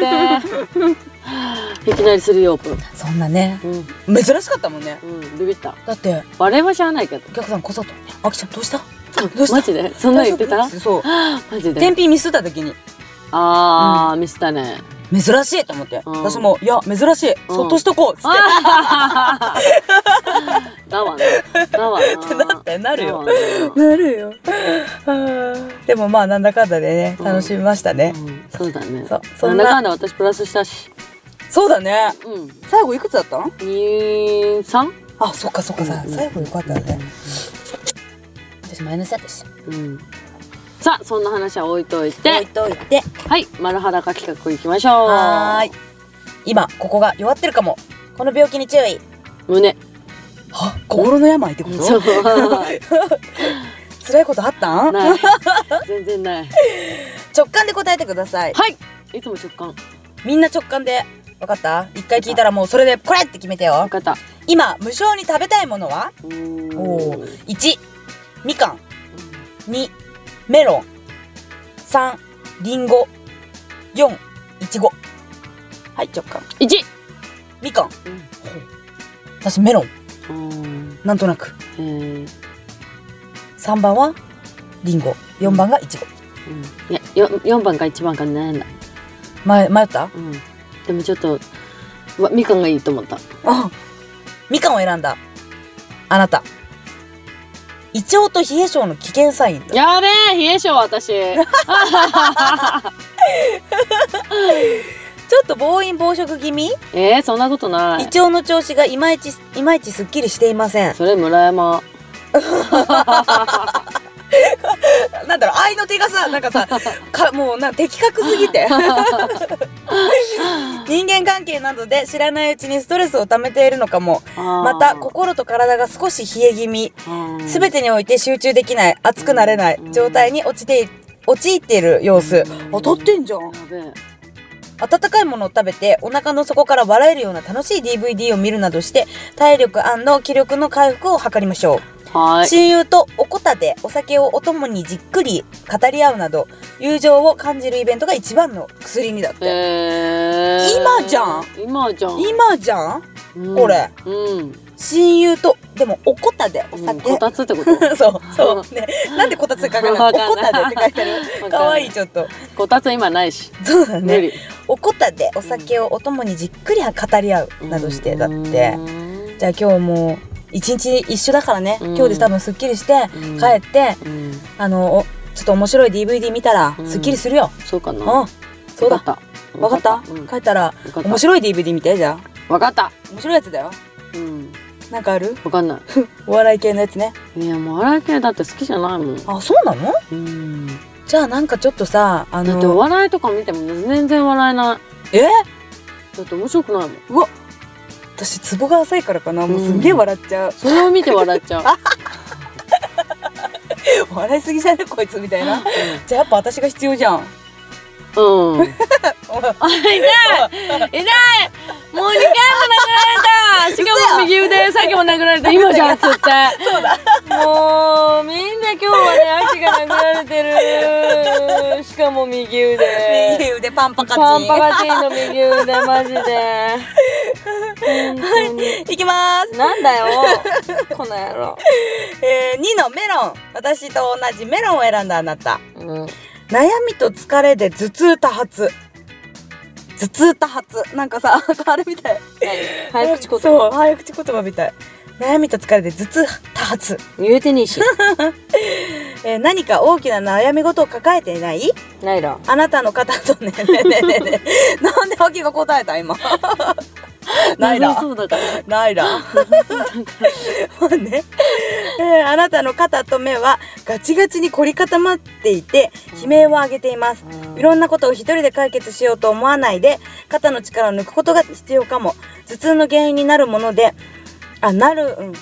[SPEAKER 1] いきなりするよオープン。
[SPEAKER 2] そんなね
[SPEAKER 1] うん
[SPEAKER 2] 珍しかったもんね
[SPEAKER 1] うんビビった。
[SPEAKER 2] だって
[SPEAKER 1] バレは知らないけど。
[SPEAKER 2] お客さんこそと「あきちゃんどうしたどうした
[SPEAKER 1] マジでそんな言ってた
[SPEAKER 2] 大丈夫そう
[SPEAKER 1] マジで
[SPEAKER 2] 天秤ミスった時に
[SPEAKER 1] あー、見せたね
[SPEAKER 2] 珍しいと思って、
[SPEAKER 1] うん
[SPEAKER 2] 私も「いや珍しい、
[SPEAKER 1] うん
[SPEAKER 2] そっとしとこう」っつっ
[SPEAKER 1] あー だわなだわな
[SPEAKER 2] てなってなるよ
[SPEAKER 1] だわな
[SPEAKER 2] なるよでもまあなんだかんだでね
[SPEAKER 1] うん
[SPEAKER 2] 楽しみましたね、
[SPEAKER 1] うんそうだね
[SPEAKER 2] そうそん
[SPEAKER 1] な
[SPEAKER 2] なん
[SPEAKER 1] だかんだ私プラスしたし
[SPEAKER 2] そうだね
[SPEAKER 1] うん
[SPEAKER 2] 最後いくつだったん
[SPEAKER 1] 二三
[SPEAKER 2] あそっかそっかさ、
[SPEAKER 1] うん
[SPEAKER 2] 最後よかったね、私マイナスだったし
[SPEAKER 1] うんさあそんな話は置いと
[SPEAKER 2] 置
[SPEAKER 1] い
[SPEAKER 2] い
[SPEAKER 1] て
[SPEAKER 2] といて
[SPEAKER 1] はい丸裸企画いきましょう
[SPEAKER 2] はーい今ここが弱ってるかもこの病気に注意
[SPEAKER 1] 胸
[SPEAKER 2] は心の病ってこ
[SPEAKER 1] そ
[SPEAKER 2] と
[SPEAKER 1] う
[SPEAKER 2] 辛いことあったん
[SPEAKER 1] ない全然ない
[SPEAKER 2] 直感で答えてください
[SPEAKER 1] はいいつも直感
[SPEAKER 2] みんな直感で分かった一回聞いたらもうそれでこれって決めてよ
[SPEAKER 1] 分かった
[SPEAKER 2] 今無性に食べたいものは
[SPEAKER 1] うーん
[SPEAKER 2] おー1みかん2メロン3りんご4いちごはい直感
[SPEAKER 1] 一
[SPEAKER 2] みかん
[SPEAKER 1] うん
[SPEAKER 2] 私メロン
[SPEAKER 1] うーん
[SPEAKER 2] なんとなく
[SPEAKER 1] えー
[SPEAKER 2] 3番はりんご4番がいちご
[SPEAKER 1] うんいやよ四番か一番か悩んだ
[SPEAKER 2] 迷迷った
[SPEAKER 1] うんでもちょっとうわみかんがいいと思った
[SPEAKER 2] あみかんを選んだあなた胃腸と冷え性の危険サインだ
[SPEAKER 1] やべえ 冷え性私
[SPEAKER 2] ちょっと暴飲暴食気味、
[SPEAKER 1] えー、そんなことな
[SPEAKER 2] 胃
[SPEAKER 1] い
[SPEAKER 2] 腸の調子がいまいちいまいちすっきりしていません
[SPEAKER 1] それ村山
[SPEAKER 2] なんだろう愛の手がさなんか さかもうな的確すぎ て人間関係などで知らないうちにストレスを溜めているのかもま
[SPEAKER 1] ま
[SPEAKER 2] た心と体が少し冷え気味
[SPEAKER 1] す
[SPEAKER 2] 全てにおいて集中できない熱くなれない状態に落ちてい陥っている様子当たってんじゃん
[SPEAKER 1] やべえ
[SPEAKER 2] 温かいものを食べてお腹の底から笑えるような楽しい DVD を見るなどして体力気力の回復を図りましょう
[SPEAKER 1] はーい
[SPEAKER 2] 親友とおこたでお酒をお供にじっくり語り合うなど友情を感じるイベントが一番の薬にだって、
[SPEAKER 1] えー、
[SPEAKER 2] 今じゃん
[SPEAKER 1] 今じゃん、
[SPEAKER 2] 今じゃん
[SPEAKER 1] うん
[SPEAKER 2] これ
[SPEAKER 1] うん
[SPEAKER 2] 親友とでもおこたでお
[SPEAKER 1] うん
[SPEAKER 2] 酒、
[SPEAKER 1] こたつってこと
[SPEAKER 2] そうそうねなんでこたつ書かないのお
[SPEAKER 1] わか
[SPEAKER 2] こ
[SPEAKER 1] んない
[SPEAKER 2] たでって書いてある
[SPEAKER 1] わかんない
[SPEAKER 2] かわいいちょっと
[SPEAKER 1] こたつ今ないし
[SPEAKER 2] そうだ
[SPEAKER 1] 無
[SPEAKER 2] ね
[SPEAKER 1] 理
[SPEAKER 2] おこたでお酒をお供にじっくり語り合うなどしてだって
[SPEAKER 1] うん
[SPEAKER 2] じゃあ今日もう一日一緒だからね
[SPEAKER 1] うん
[SPEAKER 2] 今日で多分すっきりして
[SPEAKER 1] うん
[SPEAKER 2] 帰って
[SPEAKER 1] うん
[SPEAKER 2] あのおちょっと面白い DVD 見たら
[SPEAKER 1] うん
[SPEAKER 2] すっきりするよ
[SPEAKER 1] そうかな
[SPEAKER 2] うんそうだわ
[SPEAKER 1] わ
[SPEAKER 2] か
[SPEAKER 1] か
[SPEAKER 2] っ
[SPEAKER 1] った
[SPEAKER 2] た
[SPEAKER 1] うん
[SPEAKER 2] 帰ったら
[SPEAKER 1] わかった
[SPEAKER 2] 面白い DVD 見てじゃあ
[SPEAKER 1] わかった
[SPEAKER 2] 面白いやつだよ
[SPEAKER 1] うん
[SPEAKER 2] なんかある
[SPEAKER 1] わかんな
[SPEAKER 2] お笑い系のやつね
[SPEAKER 1] いいやもう笑い系だって好きじゃないもん
[SPEAKER 2] あそうなの
[SPEAKER 1] うん
[SPEAKER 2] じゃあなんかちょっとさあ
[SPEAKER 1] だってお
[SPEAKER 2] の
[SPEAKER 1] 笑いとか見ても全然笑えな
[SPEAKER 2] え
[SPEAKER 1] いだって面白くないもん
[SPEAKER 2] 私ツボが浅いからかなもうすんげえ笑っちゃう
[SPEAKER 1] それを見て笑っちゃう
[SPEAKER 2] 笑いすぎじゃねこいつみたいなじゃあやっぱ私が必要じ ゃん
[SPEAKER 1] うん、うん、あ痛い痛いもう二回も殴られたしかも右腕さっきも殴られた今じゃんつってそうだもうみんな今日はね足が殴られてるしかも右腕
[SPEAKER 2] 右腕パンパカチン
[SPEAKER 1] パンパカチンの右腕 マジで本当に
[SPEAKER 2] いきます
[SPEAKER 1] なんだよこの野郎
[SPEAKER 2] えー、2のメロン私と同じメロンを選んだあなた
[SPEAKER 1] うん
[SPEAKER 2] 悩みと疲れで頭痛多発頭痛多発なんかさ あれみたい
[SPEAKER 1] 早口言葉
[SPEAKER 2] そう早口言葉みたい悩みと疲れで頭痛多発、
[SPEAKER 1] 言うてねえし
[SPEAKER 2] えー何か大きな悩み事を抱えていない
[SPEAKER 1] ないら
[SPEAKER 2] あなたの方とねねえねえねえね えなんで秋が答えた今 ない
[SPEAKER 1] なさ
[SPEAKER 2] だ
[SPEAKER 1] そうだから
[SPEAKER 2] ないだ ね、えーあなたの肩と目はガチガチに凝り固まっていて悲鳴を上げていますいろんなことを一人で解決しようと思わないで肩の力を抜くことが必要かも頭痛の原因になるものであなるうん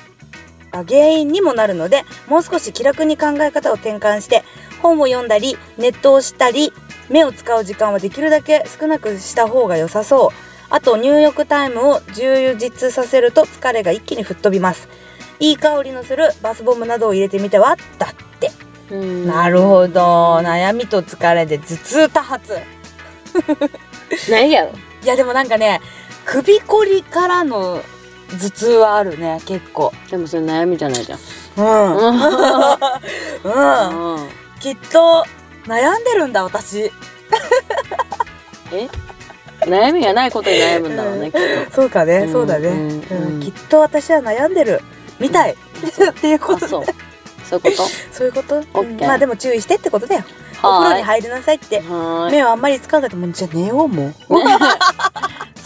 [SPEAKER 2] あ原因にもなるのでもう少し気楽に考え方を転換して本を読んだりネットをしたり目を使う時間はできるだけ少なくした方が良さそうあと入浴タイムを充実させると疲れが一気に吹っ飛びますいい香りのするバスボムなどを入れてみてはだって
[SPEAKER 1] うん
[SPEAKER 2] なるほど悩みと疲れで頭痛多発
[SPEAKER 1] ないやろ
[SPEAKER 2] いやでもなんかね首こりからの頭痛はあるね結構
[SPEAKER 1] でもそれ悩みじゃないじゃん
[SPEAKER 2] うんうん
[SPEAKER 1] うん
[SPEAKER 2] きっと悩んでるんだ私
[SPEAKER 1] え悩みがないことに悩むんだろ うねきっ
[SPEAKER 2] そうかね
[SPEAKER 1] うん
[SPEAKER 2] そうだね
[SPEAKER 1] うん
[SPEAKER 2] うんきっと私は悩んでるみたいっていうこと
[SPEAKER 1] あそうそういうこ
[SPEAKER 2] そういうこと
[SPEAKER 1] オッケー
[SPEAKER 2] まあでも注意してってことだよ
[SPEAKER 1] と
[SPEAKER 2] お風呂に
[SPEAKER 1] は
[SPEAKER 2] 入りなさいって
[SPEAKER 1] ーいはーい
[SPEAKER 2] 目をあんまり使わないともうじゃあ寝ようもう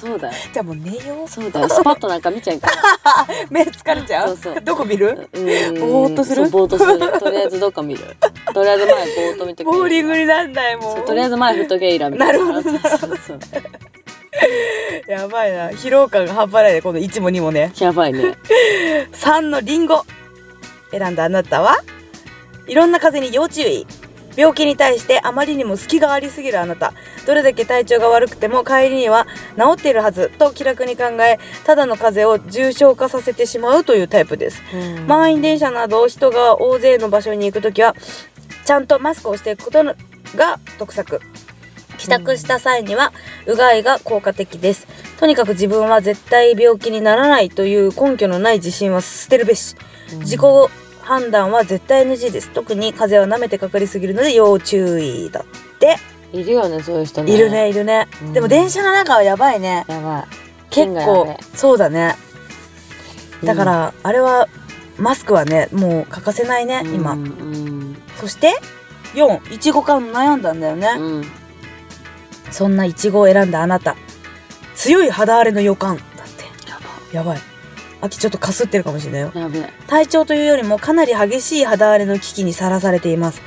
[SPEAKER 1] そうだよ
[SPEAKER 2] じゃあもう寝よ
[SPEAKER 1] そうだよスパッとなんか見ちゃいかん
[SPEAKER 2] う目疲れちゃう
[SPEAKER 1] そうそう
[SPEAKER 2] どこ見る
[SPEAKER 1] うーん
[SPEAKER 2] ぼーっとする
[SPEAKER 1] そうぼーっとするとりあえずどっか見るとりあえず前ぼーっと見とけ
[SPEAKER 2] ボーリングになんないも
[SPEAKER 1] そううとりあえず前振っとけイラみたい
[SPEAKER 2] なるほど
[SPEAKER 1] そうそうそう
[SPEAKER 2] やばいな疲労感が半端ないねこの1も2もね
[SPEAKER 1] やばいね。
[SPEAKER 2] 3のリンゴ選んだあなたはいろんな風に要注意病気に対してあまりにも隙がありすぎるあなたどれだけ体調が悪くても帰りには治っているはずと気楽に考えただの風邪を重症化させてしまうというタイプです満員電車など人が大勢の場所に行くときはちゃんとマスクをしていくことが得策帰宅した際にはうがいが効果的ですとにかく自分は絶対病気にならないという根拠のない自信は捨てるべし自己判断は絶対 NG です特に風邪は舐めてかかりすぎるので要注意だって
[SPEAKER 1] いるよね、そういう人ね。
[SPEAKER 2] いる。ねいるね、
[SPEAKER 1] うん
[SPEAKER 2] でも電車の中はやばいね
[SPEAKER 1] やばい。
[SPEAKER 2] 結
[SPEAKER 1] 県外は
[SPEAKER 2] 構、
[SPEAKER 1] ね
[SPEAKER 2] そうだね
[SPEAKER 1] うん
[SPEAKER 2] だから、あれはマスクはねもう欠かせないね、今
[SPEAKER 1] うんうん
[SPEAKER 2] そして4いちご缶悩んだんだよね、
[SPEAKER 1] うん
[SPEAKER 2] そんないちごを選んだあなた強い肌荒れの予感だって
[SPEAKER 1] や
[SPEAKER 2] やばい秋ちょっとかすってるかもしれないよ
[SPEAKER 1] ばやべえ。
[SPEAKER 2] 体調というよりもかなり激しい肌荒れの危機にさらされています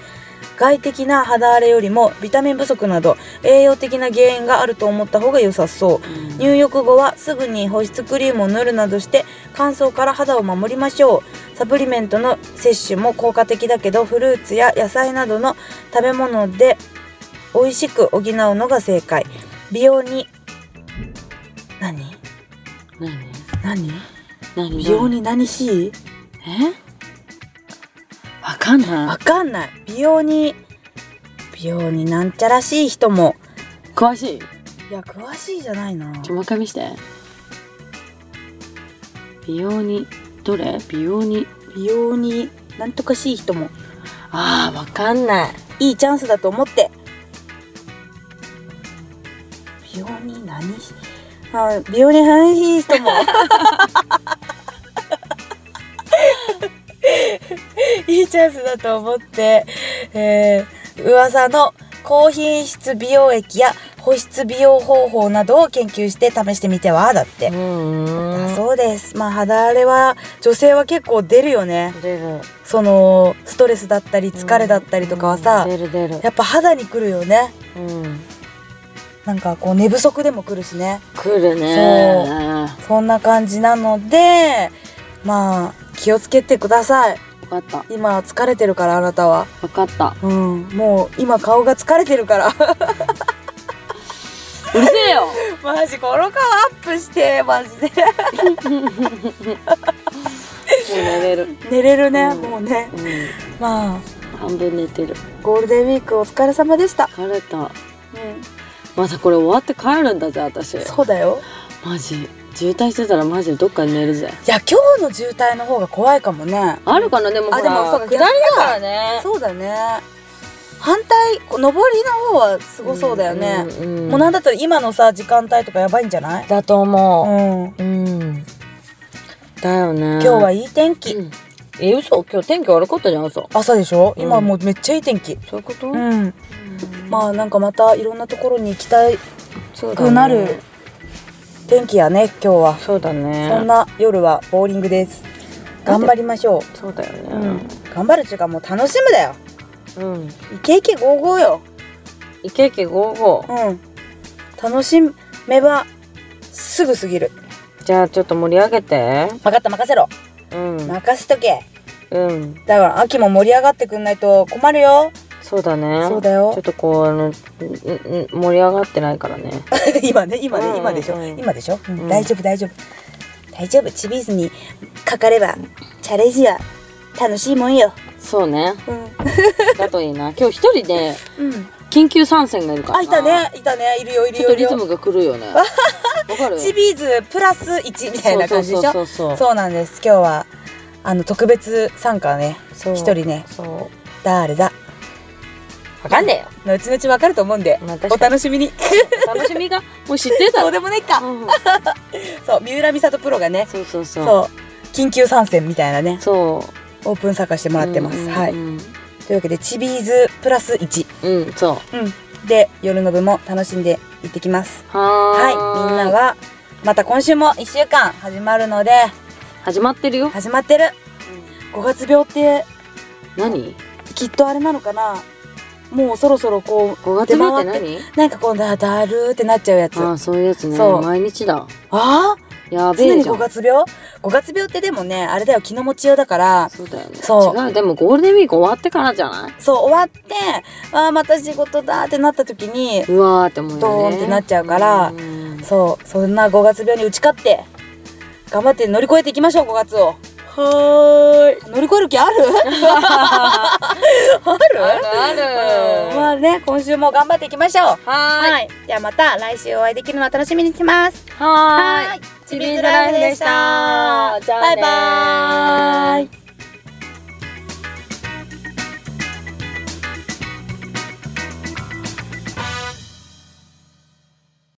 [SPEAKER 2] 外的な肌荒れよりもビタミン不足など栄養的な原因があると思った方が良さそう
[SPEAKER 1] うん
[SPEAKER 2] 入浴後はすぐに保湿クリームを塗るなどして乾燥から肌を守りましょうサプリメントの摂取も効果的だけどフルーツや野菜などの食べ物で美味しく補うのが正解美容に何
[SPEAKER 1] 何
[SPEAKER 2] 何
[SPEAKER 1] 何
[SPEAKER 2] 美容に何しい
[SPEAKER 1] えわかんな
[SPEAKER 2] わかんない美容に美容になんちゃらしい人も
[SPEAKER 1] い詳しい
[SPEAKER 2] いや詳しいじゃないな
[SPEAKER 1] ちょもう一回見して美容にどれ美容に
[SPEAKER 2] 美容になんとかしい人も
[SPEAKER 1] あーわかんない
[SPEAKER 2] いいチャンスだと思って美容に何しあ美容に何しい人も いいチャンスだと思って、えー、噂の高品質美容液や保湿美容方法などを研究して試してみてはだって、
[SPEAKER 1] ん
[SPEAKER 2] だそうですまあ肌荒れは女性は結構出るよね
[SPEAKER 1] 出る
[SPEAKER 2] そのストレスだったり疲れだったりとかはさ、
[SPEAKER 1] 出る出る
[SPEAKER 2] やっぱ肌にくるよね
[SPEAKER 1] うん
[SPEAKER 2] なんかこう寝不足でもくるしね
[SPEAKER 1] 来るね
[SPEAKER 2] そんな感じなのでまあ気をつけてください
[SPEAKER 1] わかった
[SPEAKER 2] 今疲れてるからあなたは
[SPEAKER 1] わかった
[SPEAKER 2] うんもう今顔が疲れてるから
[SPEAKER 1] うるせえよ
[SPEAKER 2] マジこの顔アップしてマジで
[SPEAKER 1] もう寝れる
[SPEAKER 2] 寝れるね、
[SPEAKER 1] うん
[SPEAKER 2] もうね
[SPEAKER 1] う
[SPEAKER 2] まあ
[SPEAKER 1] ん半分寝てる
[SPEAKER 2] ゴールデンウィークお疲れ様でした、
[SPEAKER 1] 疲れた
[SPEAKER 2] う
[SPEAKER 1] またこれ終わって帰るんだぜ私
[SPEAKER 2] ん、そうだよ
[SPEAKER 1] マジ渋滞してたらマジでどっかに寝るぜ
[SPEAKER 2] いや今日の渋滞の方が怖いかもね
[SPEAKER 1] あるかなでもほ
[SPEAKER 2] あ
[SPEAKER 1] ら
[SPEAKER 2] でもそうか
[SPEAKER 1] 下りだからね
[SPEAKER 2] そうだね反対こう上りの方はすごそうだよね、
[SPEAKER 1] んん
[SPEAKER 2] もうなんだったら今のさ時間帯とかやばいんじゃない
[SPEAKER 1] だ
[SPEAKER 2] う
[SPEAKER 1] と
[SPEAKER 2] ん
[SPEAKER 1] 思
[SPEAKER 2] 今
[SPEAKER 1] ううんだよね今
[SPEAKER 2] 日はいい天気、
[SPEAKER 1] うんえ嘘今日天気悪かったじゃん嘘
[SPEAKER 2] 朝でしょ
[SPEAKER 1] うん
[SPEAKER 2] 今もうめっちゃいい天気
[SPEAKER 1] そういうこと
[SPEAKER 2] んまあなんかまたいろんなところに行きた
[SPEAKER 1] そう
[SPEAKER 2] くなる天気やね今日は
[SPEAKER 1] そうだね
[SPEAKER 2] そんな夜はボーリングです頑張りましょ
[SPEAKER 1] そうだよ
[SPEAKER 2] う、頑張るっていうかもう楽しむだよ
[SPEAKER 1] うん、うん、
[SPEAKER 2] イケイケゴーゴーよ
[SPEAKER 1] イケイケゴーゴー
[SPEAKER 2] うん楽しめばすぐ過ぎる
[SPEAKER 1] じゃあちょっと盛り上げて
[SPEAKER 2] 分かった任せろ
[SPEAKER 1] うん
[SPEAKER 2] 任せとけ
[SPEAKER 1] うん
[SPEAKER 2] だから秋も盛り上がってくんないと困るよ
[SPEAKER 1] そうだね
[SPEAKER 2] そうだよ
[SPEAKER 1] ちょっとこうあのんんん盛り上がってないからね
[SPEAKER 2] 今ね今ね、今でしょ、
[SPEAKER 1] うんうん
[SPEAKER 2] 今でしょ、うん
[SPEAKER 1] うん
[SPEAKER 2] 大丈夫大丈夫大丈夫チビーズにかかればチャレンジは楽しいもんよ
[SPEAKER 1] そうね
[SPEAKER 2] うん、
[SPEAKER 1] だといい な今日一人で
[SPEAKER 2] うん、
[SPEAKER 1] 緊急参戦がいるから
[SPEAKER 2] あいたねいたねいるよいる
[SPEAKER 1] ちょ
[SPEAKER 2] よ
[SPEAKER 1] っと
[SPEAKER 2] いる
[SPEAKER 1] リズ
[SPEAKER 2] よ
[SPEAKER 1] ムが狂うよねわかる
[SPEAKER 2] チビーズプラス1みたいな感じでしょ
[SPEAKER 1] そうそうそう
[SPEAKER 2] そうなんです今日はあの特別参加ね
[SPEAKER 1] そう
[SPEAKER 2] 一人ね
[SPEAKER 1] そう
[SPEAKER 2] 誰だ
[SPEAKER 1] わかんね
[SPEAKER 2] 後々わかると思うんで
[SPEAKER 1] えよ、まあ、
[SPEAKER 2] お
[SPEAKER 1] 確かに
[SPEAKER 2] 楽し みに
[SPEAKER 1] 楽しみがもう知ってた
[SPEAKER 2] そう
[SPEAKER 1] ら
[SPEAKER 2] でもねえか
[SPEAKER 1] うん
[SPEAKER 2] そう三浦美里プロがね
[SPEAKER 1] そうそうそうそう
[SPEAKER 2] そう緊急参戦みたいなねオープン参加してもらってます、
[SPEAKER 1] うんうん
[SPEAKER 2] はい
[SPEAKER 1] うん
[SPEAKER 2] というわけでチビーズプラス1
[SPEAKER 1] うんそう
[SPEAKER 2] うん、で夜の部も楽しんで行ってきますはい
[SPEAKER 1] はー
[SPEAKER 2] みんなはまた今週も1週間始まるの で
[SPEAKER 1] 始まってるよ、
[SPEAKER 2] 始まってる5月病って
[SPEAKER 1] 何
[SPEAKER 2] きっとあれなのかなもうそろそろこう
[SPEAKER 1] 五月病って何
[SPEAKER 2] なんかこうだだるーってなっちゃうやつ
[SPEAKER 1] あ
[SPEAKER 2] あ
[SPEAKER 1] あそういうやつね
[SPEAKER 2] そう
[SPEAKER 1] 毎日だ
[SPEAKER 2] あ
[SPEAKER 1] やべ
[SPEAKER 2] 常
[SPEAKER 1] え
[SPEAKER 2] に
[SPEAKER 1] じゃ
[SPEAKER 2] 五
[SPEAKER 1] ん
[SPEAKER 2] 月病五月病ってでもねあれだよ気の持ちようだから
[SPEAKER 1] そうだよね
[SPEAKER 2] そう
[SPEAKER 1] 違うでもゴールデンウィーク終わってからじゃない
[SPEAKER 2] そう終わってあーまた仕事だーってなった時に
[SPEAKER 1] うわーって思うよ
[SPEAKER 2] ドー
[SPEAKER 1] ね
[SPEAKER 2] ンってなっちゃうから
[SPEAKER 1] うん
[SPEAKER 2] そうそんな五月病に打ち勝って頑張って乗り越えていきましょう五月をはーい乗り越える気ある
[SPEAKER 1] あ
[SPEAKER 2] あ
[SPEAKER 1] る
[SPEAKER 2] る
[SPEAKER 1] あ
[SPEAKER 2] うんまあ
[SPEAKER 1] る
[SPEAKER 2] ね今週も頑張っていきましょう
[SPEAKER 1] はーい
[SPEAKER 2] はい、じゃあまた来週お会いできるのを楽しみにしてます
[SPEAKER 1] はーい
[SPEAKER 2] ちびずライフでした
[SPEAKER 1] ちびずライフでしたじゃあね
[SPEAKER 2] バイバーイ